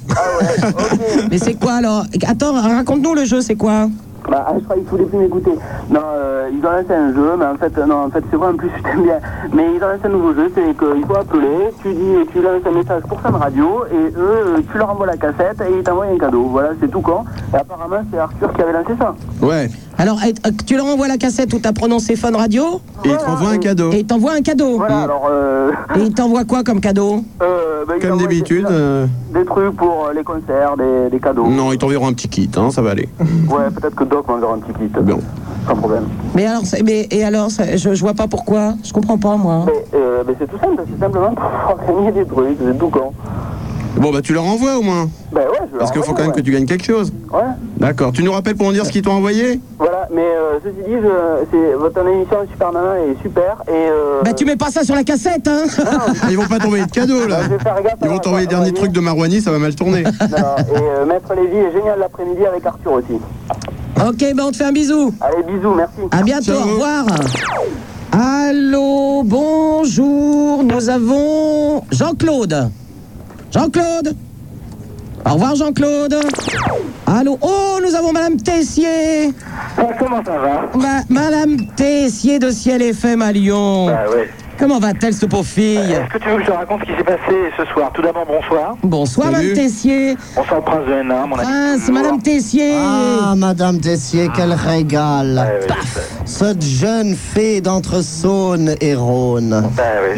S1: Mais c'est quoi alors Attends, raconte-nous le jeu, c'est quoi
S6: Bah, ah, je croyais qu'il voulait plus m'écouter. Non, euh, ils ont lancé un jeu, mais en fait, euh, non, en fait, c'est vrai, en plus, (laughs) je t'aime bien. Mais ils ont lancé un nouveau jeu, c'est qu'il faut appeler, tu dis, tu lances un message pour Fun Radio, et eux, euh, tu leur envoies la cassette et ils t'envoient un cadeau. Voilà, c'est tout con. Et apparemment, c'est Arthur qui avait lancé ça.
S2: Ouais.
S1: Alors, eh, euh, tu leur envoies la cassette où t'as prononcé Fun Radio
S2: Et ils t'envoient un cadeau. Mm.
S1: Et ils t'envoient un cadeau
S6: Voilà, alors, euh,
S1: Et ils t'envoient quoi comme cadeau
S6: (laughs) euh, bah, ils
S2: Comme
S6: t'envoient des-
S2: d'habitude. euh,
S6: Des trucs pour euh, les concerts, des, des cadeaux.
S2: Non, ils t'enverront un petit kit, hein, ça va aller.
S6: Ouais, peut-être que Doc m'enverra un petit kit.
S2: Bon.
S6: Sans problème.
S1: Mais alors, c'est- mais, et alors, ça- je, je vois pas pourquoi, je comprends pas moi.
S6: Mais, euh, mais c'est tout simple, c'est simplement pour (laughs) gagner des trucs, c'est tout con.
S2: Bon, bah tu leur envoies au moins.
S6: Ben ouais, je leur
S2: Parce qu'il faut
S6: envoie,
S2: quand même
S6: ouais.
S2: que tu gagnes quelque chose.
S6: Ouais.
S2: D'accord. Tu nous rappelles pour en dire ce qu'ils t'ont envoyé
S6: Voilà, mais euh, ceci dit, je, c'est, votre émission Super Nana est super et euh,
S1: Bah tu mets pas ça sur la cassette, hein
S2: (laughs) Ils vont pas t'envoyer de
S6: bah,
S2: cadeau là. Ils vont t'envoyer les derniers trucs de Marouani, ça va mal tourner.
S6: non, et, euh, Maître Lévy est génial l'après-midi avec Arthur aussi.
S1: Ok, ben on te fait un bisou.
S6: Allez, bisous, merci.
S1: À bientôt, au revoir. Allô, bonjour, nous avons Jean-Claude. Jean-Claude Au revoir Jean-Claude. Allô, oh, nous avons Madame Tessier.
S6: comment ça va
S1: Ma- Madame Tessier de Ciel FM à Lyon.
S6: Bah,
S1: Comment va-t-elle, cette pauvre fille
S11: Est-ce que tu veux que je te raconte ce qui s'est passé ce soir Tout d'abord, bonsoir.
S1: Bonsoir, Madame Tessier.
S11: Bonsoir, le prince de Hénin, mon ami.
S1: Prince, Madame Tessier.
S5: Ah, Madame Tessier, quel régal. Paf Cette jeune fée d'entre Saône et Rhône.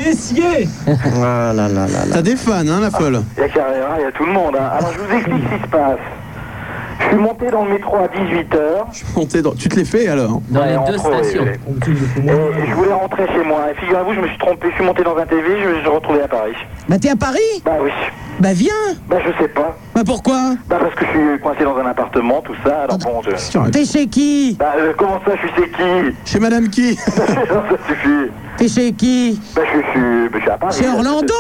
S2: Messieurs
S5: Ah là là là là.
S2: T'as des fans, hein, la folle
S11: Il y a Carrera, il y a tout le monde. hein. Alors, je vous explique ce qui se passe. Je suis monté dans le métro à 18h.
S2: Montez dans- Tu te les fais alors
S19: Dans les deux
S11: entre eux,
S19: stations.
S11: oui, oui. Et je voulais rentrer chez moi. Et figurez-vous, je me suis trompé. Je suis monté dans un TV, je me suis retrouvé à Paris.
S1: Bah t'es à Paris
S11: Bah oui.
S1: Bah viens
S11: Bah je sais pas.
S1: Bah pourquoi Ah,
S11: Bah parce que je suis coincé dans un appartement, tout ça. Alors bon, je...
S1: T'es chez qui
S11: Bah euh, comment ça, je suis chez qui
S2: Chez Madame qui
S11: (laughs) Ça suffit.
S1: T'es chez qui
S11: Bah je suis, bah, je suis à
S6: Ah,
S11: Paris.
S1: Chez Orlando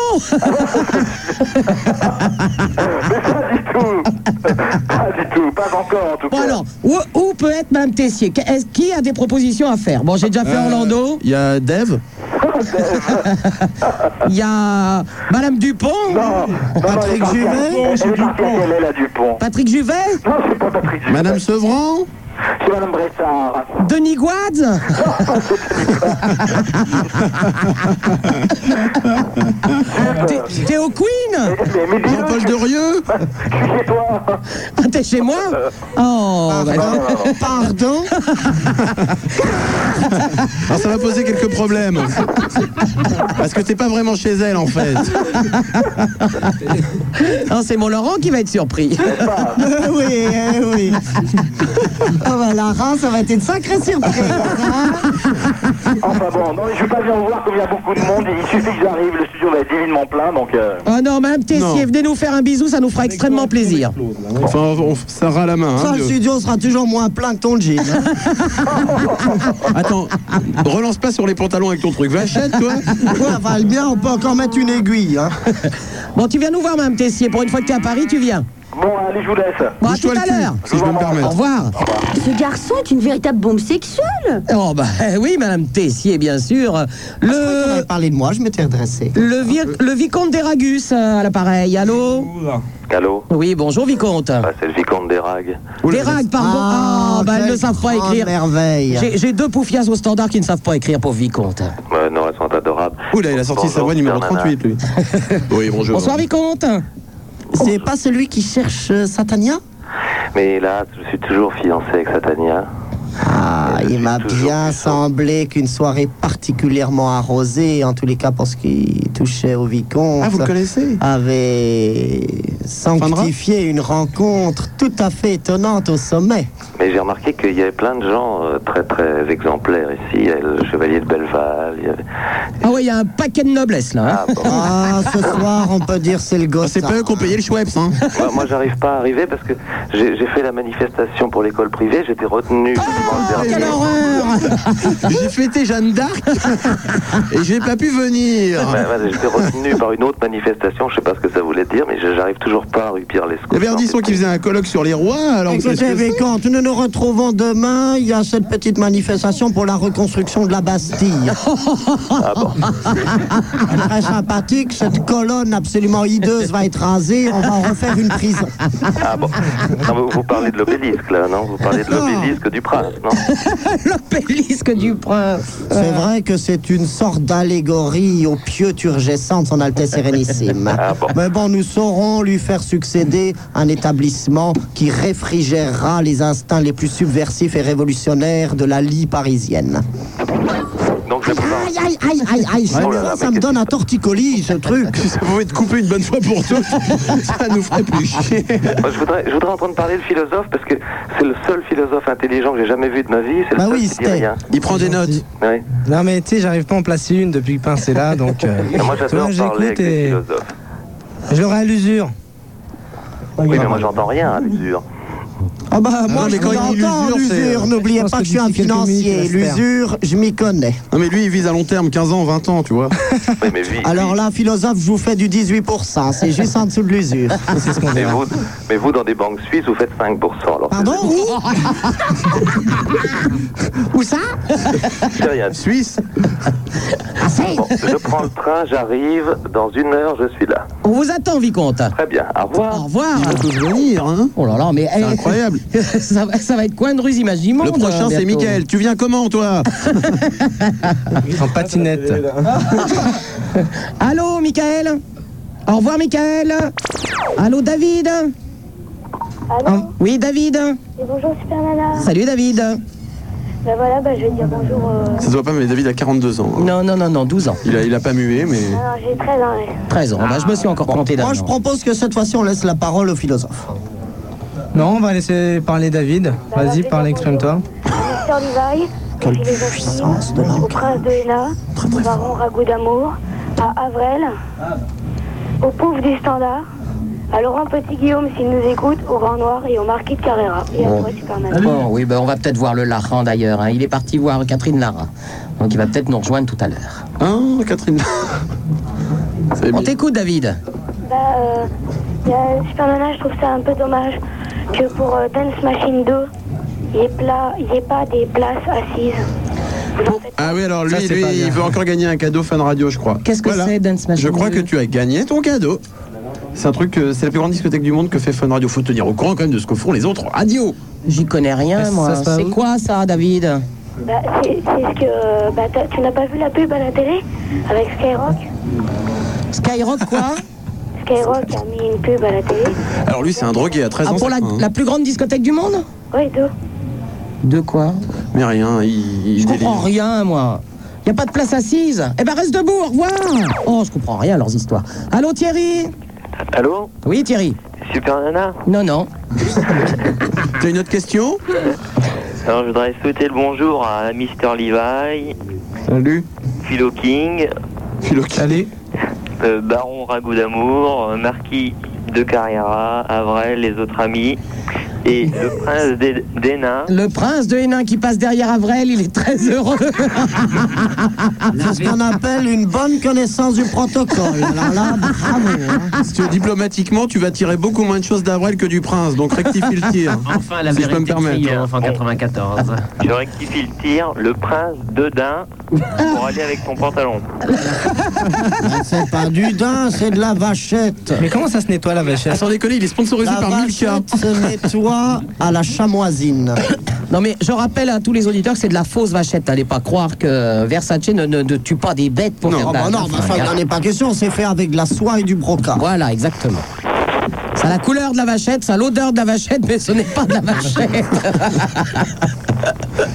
S11: Pas du tout, pas encore en tout
S1: Bon
S11: cas.
S1: alors, (laughs) où, où peut être Mme Tessier Qu- est-ce- Qui a des propositions à faire Bon, j'ai déjà fait
S2: Euh,
S1: Orlando.
S2: Il y a Dev
S1: (laughs) Il y a Madame Dupont.
S11: Patrick Juvet Elle est partie à Calais, là, Dupont.
S1: Patrick Juvet.
S11: Non, c'est pas Patrick Juvet.
S2: Madame Sevran
S11: C'est Madame Bressard.
S1: Denis Guad. (laughs) T'es- T'es au Queen
S2: Jean-Paul Derieux
S1: Ah, T'es chez
S11: (laughs)
S1: moi Oh,
S11: Ah,
S1: bah,
S20: (laughs)
S5: Pardon
S2: Alors ça va poser quelques problèmes. Parce que t'es pas vraiment chez elle en fait.
S1: non, c'est mon Laurent qui va être surpris.
S2: (laughs)
S5: Eh oui, eh (laughs) oui. Ah bah Lara, ça va être une sacrée (laughs) surprise.
S11: Enfin bon, non, mais je vais pas venir vous voir comme il y a beaucoup de monde. Il suffit que j'arrive, le studio va être divinement plein, donc... euh,
S1: Oh non, Madame Tessier, venez nous faire un bisou, ça nous fera extrêmement plaisir.
S2: Enfin, on, ça râle la main. hein,
S5: Ça, le
S2: Dieu.
S5: studio sera toujours moins
S2: (laughs)
S5: plein que ton jean.
S2: Attends, relance pas sur les pantalons avec ton truc. Va
S1: (laughs)
S2: achète toi.
S5: Ouais, enfin, le bien, on peut encore mettre une aiguille. hein.
S1: Bon, tu viens nous voir, Mme Tessier. Pour une fois que tu es à Paris, tu viens.
S15: Bon, allez, je vous
S1: Ah,
S15: laisse.
S21: Bon, à tout à l'heure.
S15: Je vous embrasse.
S1: Au revoir.
S21: Ce garçon est une véritable bombe sexuelle.
S1: Oh
S5: ben,
S1: bah eh oui, Madame Tessier, bien
S5: Ah,
S1: sûr. Le...
S5: parlé de moi, je m'étais redressé.
S1: Le,
S2: Ah,
S1: vi-
S2: euh.
S1: le vicomte d'Eragus euh, à l'appareil, allô
S11: Allô
S1: Oui, bonjour vicomte.
S11: Ah, c'est le vicomte des rags.
S2: Oh
S1: Les rags, pardon. Ah, bah elles ne savent pas écrire.
S5: merveille.
S1: J'ai- J'ai deux poufias au standard qui ne savent pas écrire pour vicomte.
S11: Ouais, non, elles sont adorables.
S20: Oula, il a sorti sa voix numéro 38, lui. oui, bonjour.
S1: Bonsoir vicomte.
S5: C'est pas celui qui cherche euh, Satania
S11: Mais là, je suis toujours fiancé avec Satania.
S5: Ah, il m'a bien semblé qu'une soirée particulièrement arrosée, en tous les cas pour ce qui touchait au vicomte,
S20: Ah, vous le connaissez
S5: avait sanctifié une rencontre tout à fait étonnante au sommet.
S11: Mais j'ai remarqué qu'il y avait plein de gens euh, très très exemplaires ici. Il y avait le chevalier de Belleval. il y avait-
S1: Ah ouais, il y a un paquet de noblesse là. hein.
S5: Ah, ce soir, on peut dire c'est le gosse. C'est pas eux qui ont payé
S20: le Schweppes, hein
S11: Moi, moi, j'arrive pas à arriver parce que j'ai j'ai fait la manifestation pour l'école privée. J'étais retenu. Ah,
S20: quelle
S11: (laughs)
S20: horreur J'ai fêté Jeanne d'Arc et j'ai pas pu venir.
S11: Ouais, ouais, J'étais retenu par une autre manifestation, je sais pas ce que ça voulait dire, mais je- j'arrive toujours pas à rue Pierre Lescaut.
S20: Il y avait Ardisson qui faisait un colloque sur les rois, Ah, alors vous savez ce
S5: Écoutez,
S20: que c'est
S5: Vicomte, nous nous retrouvons demain. Il y a cette petite manifestation pour la reconstruction de
S20: (laughs)
S5: la Bastille.
S20: Ah
S5: (laughs) Très sympathique, cette colonne absolument hideuse va être rasée. On va en refaire une prison.
S11: Ah bon Non, vous, vous parlez de l'obélisque là, non Vous parlez de l'obélisque du prince, non
S5: (laughs)
S1: L'obélisque du prince.
S5: C'est vrai que c'est une sorte d'allégorie au pieux turgescent de son Altesse Sérénissime.
S20: Ah,
S5: Mais bon, nous saurons lui faire succéder un établissement qui réfrigérera les instincts les plus subversifs et révolutionnaires de la lie parisienne.
S11: Donc je vais pouvoir.
S5: Aïe, aïe, aïe, aïe, aïe, chaque
S11: Oh là
S5: fois,
S11: là,
S5: ça
S11: mais
S5: me donne un torticolis,
S20: (laughs)
S5: ce truc.
S20: Si ça pouvait être coupé une bonne fois pour
S5: (laughs)
S20: toutes, ça nous ferait plus chier.
S11: Moi, je, voudrais, je voudrais entendre parler le philosophe parce que c'est le seul philosophe intelligent que j'ai jamais vu de ma vie. C'est le
S16: Bah
S11: seul
S16: oui,
S11: qui dit
S16: c'était-
S11: rien.
S20: Il prend des notes.
S11: Ouais.
S16: Non, mais tu sais, j'arrive pas à en placer une depuis que Pince est là, donc. euh,
S11: Mais (laughs) moi j'adore
S16: tu vois,
S11: parler avec
S16: j'écoute
S11: les
S16: et.
S11: philosophes.
S16: Je l'aurai à l'usure.
S11: Oui, mais moi j'entends rien à l'usure.
S5: Ah bah
S20: moi, je
S5: l'entends,
S20: euh,
S5: l'usure. N'oubliez pas que je suis un financier. L'usure, je m'y connais.
S20: Non mais lui il vise à long terme, 15 ans, 20 ans, tu vois.
S11: Oui, mais oui.
S5: Alors là, philosophe, je vous fais du 18%. C'est juste en dessous de
S2: (laughs)
S5: l'usure.
S11: Mais vous, mais vous, dans des banques suisses, vous faites 5%. Alors,
S5: Pardon Où (laughs) Où ça
S6: Ah,
S11: c'est rien.
S20: Suisse
S11: Bon, je prends le train, j'arrive. Dans une heure, je suis là.
S1: On vous attend, Vicomte.
S11: Très bien. Au revoir.
S1: Au revoir.
S20: Il va tous venir, hein
S1: Oh là là, mais. C'est
S20: incroyable.
S1: (laughs) ça, va, ça va être coin de rue, imagine.
S20: Le prochain
S5: hein,
S20: c'est Mickaël. Tu viens comment toi
S16: En
S5: (laughs)
S16: patinette.
S1: (laughs)
S5: Ah,
S1: Allô, Michael Au revoir, Michael Allô, David Ah,
S8: Allô
S1: Oui, David
S8: Et bonjour Super Nana.
S1: Salut, David
S8: Ben voilà, ben, je vais dire bonjour. euh,
S20: Ça se voit pas mais David a 42 ans. hein.
S1: Non, non, non, non, 12 ans.
S20: Il a, il a pas mué mais...
S8: Alors j'ai 13 ans. ouais.
S1: 13 ans, bah, je me suis encore planté d'un
S5: Moi, je
S1: an.
S5: propose que cette fois-ci, on laisse la parole au philosophe.
S16: Non, on va laisser parler David. Vas-y, parle, exprime-toi.
S8: À Mister Levi,
S16: Quelle
S8: au philosophe
S16: puissance de
S8: Au prince de Hénin, au baron Rago d'Amour, à Avrel, au pauvre du Standard, à Laurent Petit-Guillaume s'il nous écoute, au Grand Noir et au Marquis de Carrera. Et à
S1: Bon.
S8: toi, Superman.
S1: Oh, oui, bah, on va peut-être voir le Laran d'ailleurs. hein. Il est parti voir Catherine Lara. Donc il va peut-être nous rejoindre tout à l'heure.
S20: Hein, Catherine
S1: (laughs) On t'écoute, David.
S8: Bah, euh, euh, Super Nana, je trouve ça un peu dommage que pour euh, Dance Machine 2, il n'y ait, pla- il y ait pas des places assises.
S20: Ah oui alors lui,
S16: Ça, c'est
S20: lui
S16: pas bien.
S20: il veut encore gagner un cadeau fan radio je crois.
S1: Qu'est-ce que c'est, Dance Machine
S20: Je crois que
S1: 2?
S20: tu as gagné ton cadeau. C'est un truc, euh, c'est la plus grande discothèque du monde que fait Fun Radio. Faut te tenir au courant quand même de ce que font les autres radios.
S1: J'y connais rien,
S20: Mais
S1: moi.
S20: Ah, ça se passe
S1: C'est
S20: où
S1: quoi ça, David
S8: Bah, c'est c'est ce que. Bah, t'as- tu n'as pas vu la pub à la télé Avec Skyrock
S1: Skyrock, quoi
S8: Skyrock a mis une pub à la télé.
S20: Alors lui c'est un drogué à 13
S1: Ah,
S20: ans.
S1: pour la,
S20: c'est ça, hein.
S1: la plus grande discothèque du monde
S8: Ouais, deux.
S1: De quoi
S20: Mais rien, il, il
S1: Je
S20: délire. (laughs)
S1: comprends rien, moi. Y a pas de place assise Eh ben reste debout, au revoir Oh, je comprends rien à leurs histoires. Allô, Thierry
S11: Allô
S1: Oui, Thierry
S11: Super Nana
S1: Non, non.
S20: (laughs) T'as une autre question
S11: Alors, je voudrais souhaiter le bonjour à Mister Levi,
S20: Salut.
S11: Philo King,
S20: Philo Allez.
S11: euh, Baron Ragout d'Amour, euh, Marquis de Carriera, Avrel, les autres amis,
S14: Et le prince des- des nains.
S1: Le prince de Hénin qui passe derrière Avrel, il est très heureux.
S5: (laughs) C'est ce qu'on appelle une bonne connaissance du protocole. Alors (laughs) là, bravo. hein.
S2: Parce que diplomatiquement, tu vas tirer beaucoup moins de choses d'Avril que du prince, donc rectifie le tir.
S22: (laughs) Enfin, la
S2: si je peux me
S22: vérité
S2: permettre.
S22: crie, hein, enfin, en 94.
S14: Je rectifie le tir, le prince de Dain pour aller avec ton pantalon.
S5: C'est pas du dain, c'est de la vachette.
S6: Mais comment ça se nettoie la vachette
S2: Sans déconner, il est sponsorisé
S5: La
S2: par Milka.
S5: vachette se
S2: (laughs)
S5: nettoie à la chamoisine.
S1: (coughs) Non mais je rappelle à tous les auditeurs que c'est de la fausse vachette. Allez pas croire que Versace ne, ne- ne tue pas des bêtes pour faire
S5: Non,
S1: de la-
S5: bah non, bah, enfin, il n'en est pas question, c'est fait avec de la soie et du broca.
S1: Voilà, exactement. Ça a la couleur de la vachette, ça a l'odeur de la vachette, mais ce n'est pas de la vachette. (laughs)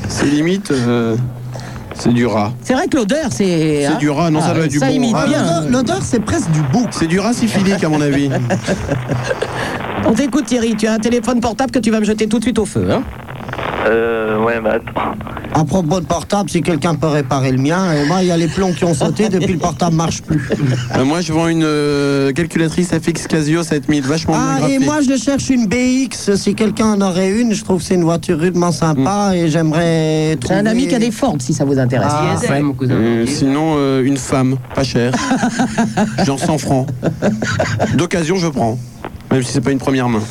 S2: C'est limite. euh, c'est du rat.
S1: c'est vrai que l'odeur, c'est.
S2: C'est
S1: hein
S2: du rat, non, ça
S1: Ah,
S2: doit être du
S1: Ça
S2: bon
S1: imite
S2: rat.
S1: bien.
S5: L'odeur- L'odeur, c'est presque du bouc.
S2: C'est du rat syphilique, à mon avis.
S1: (laughs) On t'écoute, Thierry. Tu as un téléphone portable que tu vas me jeter tout de suite au feu. Hein
S14: Euh, ouais, bah attends.
S5: À propos de portable, si quelqu'un peut réparer le mien, et moi, il y a les plombs qui ont sauté depuis le portable marche
S2: (laughs)
S5: plus.
S2: Euh, moi, je vends une euh, calculatrice FX Casio 7000, vachement
S5: Ah,
S2: bien
S5: et
S2: graphique.
S5: moi, je cherche une BX. Si quelqu'un en aurait une, je trouve que c'est une voiture rudement sympa et j'aimerais
S1: J'ai
S5: trouver.
S1: Mm. un ami qui a des formes, si ça vous intéresse.
S5: Ah,
S1: Yes.
S22: mon cousin.
S2: Euh, sinon, euh, une femme,
S1: (laughs)
S2: pas chère. Genre 100 francs. D'occasion, je prends. Même si c'est pas une première main.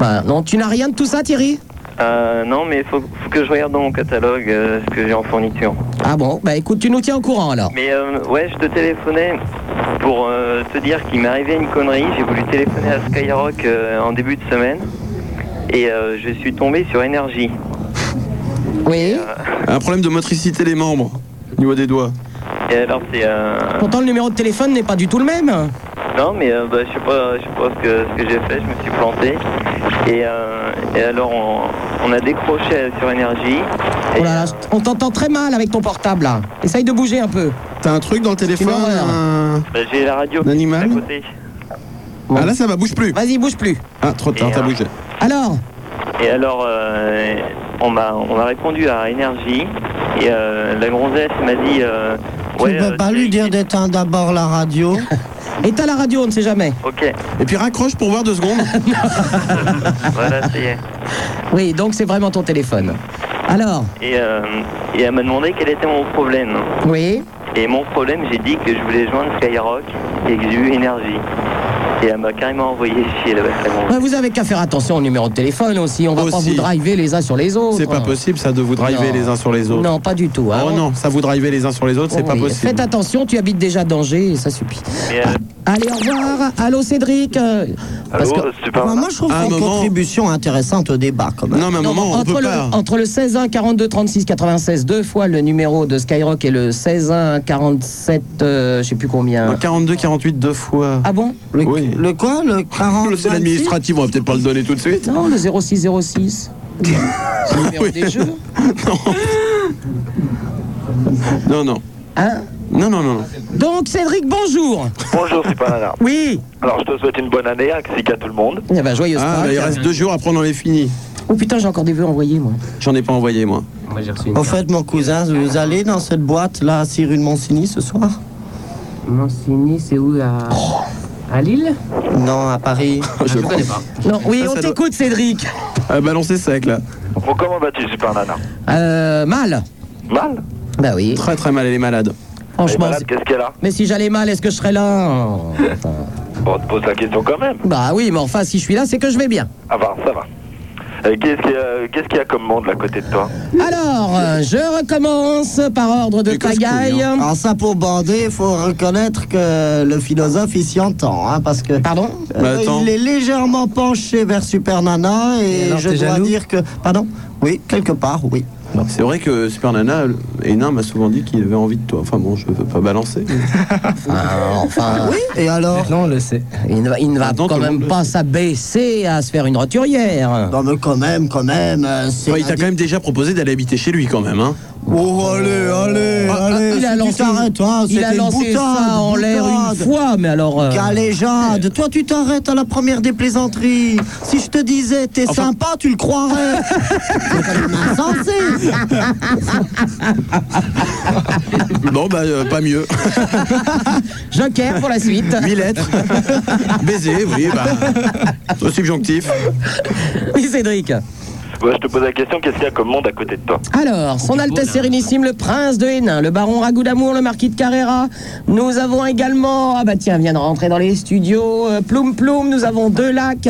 S1: Bah, non, tu n'as rien de tout ça, Thierry
S14: Euh, non, mais faut, faut que je regarde dans mon catalogue euh, ce que j'ai en fourniture.
S1: Ah bon Bah écoute, tu nous tiens au courant alors.
S14: Mais euh, ouais, je te téléphonais pour euh, te dire qu'il m'est arrivé une connerie. J'ai voulu téléphoner à Skyrock euh, en début de semaine et euh, je suis tombé sur énergie. euh,
S1: Oui.
S2: Un problème de motricité des membres, au niveau des doigts.
S14: Et alors c'est euh,
S1: Pourtant, le numéro de téléphone n'est pas du tout le même.
S14: non, mais euh, bah, je sais pas, je sais pas ce que, ce que j'ai fait. Je me suis planté et, euh, et alors on, on a décroché sur énergie.
S1: Oh là là, on t'entend très mal avec ton portable là. Essaye de bouger un peu.
S2: T'as un truc dans le téléphone
S1: Une horreur. (laughs)
S2: un...
S14: Bah, j'ai la radio
S2: Un animal
S14: à côté.
S2: Ah là, ça va, bouge plus.
S1: Vas-y, bouge plus.
S2: Ah, trop tard,
S14: Et euh,
S2: t'as
S14: un-
S2: bougé.
S1: Alors
S14: Et alors, euh, on m'a on m'a répondu à énergie et euh, la gonzesse m'a dit euh,
S5: Tu
S14: ouais,
S5: peux
S14: euh,
S5: pas
S14: c'est-
S5: lui dire d'éteindre d'abord la radio.
S1: (laughs) Éteins la radio, on ne sait jamais.
S14: Ok,
S2: Et puis raccroche pour voir deux secondes.
S14: voilà, ça y est.
S1: Oui, donc c'est vraiment ton téléphone. Alors
S14: Et, euh, et elle m'a demandé quel était mon problème.
S1: Oui
S14: Et mon problème, j'ai dit que je voulais joindre Skyrock et que j'ai eu énergie. Et elle m'a carrément envoyé (laughs) chier la la gonzesse.
S1: Ouais, Vous avez qu'à faire attention au numéro de téléphone aussi. On va pas
S2: Aussi.
S1: vous driver les uns sur les autres.
S2: C'est pas possible, ça, de vous driver
S1: Oh. Non.
S2: les uns sur les autres.
S1: Non, pas du tout. hein.
S2: Oh non, ça vous driver les uns sur les autres, c'est
S1: Oh
S2: pas
S1: oui.
S2: possible.
S1: Faites attention, tu habites déjà danger et ça suffit.
S14: Mais, euh,
S1: Allez, au revoir. Allô, Cédric. Euh, parce que- Ah,
S5: Enfin, moi, je trouve
S2: À un
S5: une
S2: moment-
S5: contribution intéressante au débat, quand même.
S2: Non, mais à un
S1: Non,
S2: moment, on
S1: entre,
S2: peut
S1: le,
S2: pas.
S1: entre le 16 1 42 36 96 deux fois le numéro de Skyrock et le 16 1 47 euh, je sais plus combien.
S2: Dans 42, 48, deux fois.
S1: Ah bon
S5: Ah. Le,
S2: Oui.
S5: le quoi Le 40 26?
S2: C'est l'administratif, on va peut-être pas le donner tout de suite.
S1: Non, le 06
S2: (laughs)
S1: 06. C'est le numéro des jeux.
S2: Non, non.
S1: Hein
S2: Non, non, non. non.
S1: Donc Cédric, bonjour.
S11: Bonjour, c'est pas Nana.
S1: Oui.
S11: Alors, je te souhaite une bonne année, hein, Axik à tout le monde.
S1: Eh ben joyeuse
S2: Ah,
S1: Pâques.
S2: bah, il reste deux jours, après on en est fini.
S1: Oh putain, j'ai encore des vœux envoyés moi.
S2: J'en ai pas envoyé, moi.
S22: Moi, j'ai reçu une
S5: Au
S22: carte.
S5: fait, mon cousin, vous allez dans cette boîte là à 6 rue de Monsigny ce soir Oh.
S22: Mancini, c'est où à... à Lille
S5: Non, à Paris.
S22: Ah, (laughs) Je ne connais pas.
S1: Non, oui,
S2: Ah,
S1: on
S2: ça
S1: t'écoute Cédric.
S2: Ah, balancez sec, là.
S11: Bon, Oh, comment vas-tu, Super Nana
S1: Euh, mal.
S11: Mal
S1: Bah oui,
S2: Très, très mal, elle est malade.
S11: Elle est
S1: franchement. Oh,
S11: malade,
S1: c'est-
S11: qu'est-ce qu'elle a
S1: Mais si j'allais mal, est-ce que je serais là
S11: Bon, on te pose la question quand même.
S1: Bah oui, mais enfin si je suis là, c'est que je vais bien.
S11: Ah, bah, ça va. Euh, qu'est-ce qu'il y, a- qu'est-ce qu'il y a comme monde là, à côté de toi
S1: Alors, euh, je recommence par ordre de
S2: Du casse-couille,
S1: pagaille.
S5: Alors Ah, ça, pour bander, il faut reconnaître que le philosophe, il s'y entend, hein, parce que...
S1: Pardon
S5: Euh,
S2: Bah, attends.
S5: il est légèrement penché vers Super Nana
S6: Et
S5: et,
S6: alors,
S5: je
S6: t'es
S5: dois
S6: jaloux
S5: dire que... Pardon Oui, quelque part, oui.
S2: C'est vrai que Super Nana, et Nain m'a souvent dit qu'il avait envie de toi. Enfin bon, je veux pas balancer.
S1: (laughs) Ah,
S2: (laughs)
S1: Enfin,
S5: Oui, et alors
S6: Maintenant, on le sait.
S1: il ne va, il ne va
S2: Attends, tout
S1: quand
S2: le
S1: même
S2: monde
S1: pas s'abaisser à se faire une roturière.
S5: Non mais quand même, quand même, euh, c'est...
S1: (laughs)
S2: Ouais, il t'a quand même déjà proposé d'aller habiter chez lui, quand même. Hein.
S5: Oh, allez, allez, allez.
S1: Ah, il a
S5: si
S1: lancé-
S5: Tu t'arrêtes, hein,
S1: il a
S5: c'était une
S1: lancé
S5: boutade,
S1: ça en l'air une
S5: boutade.
S1: fois, mais alors, euh,
S5: Galéjade, toi, tu t'arrêtes à la première des plaisanteries. Si je te disais, t'es sympa, tu le
S1: (laughs)
S5: croirais. C'est quand même insensé.
S20: Bon, bah, euh, pas mieux.
S1: (laughs) Joker pour la suite.
S20: 8
S1: (laughs)
S20: lettres. Baiser, oui, bah. Subjonctif.
S1: Oui, Cédric.
S23: Ouais, je te pose la question, qu'est-ce qu'il y a comme monde à côté de toi
S1: Alors, son Altesse Sérénissime, le prince de Hénin, le baron Ragout d'Amour, le marquis de Carrera. Nous avons également, ah bah tiens, vient de rentrer dans les studios, euh, Ploum Ploum, nous avons deux lacs.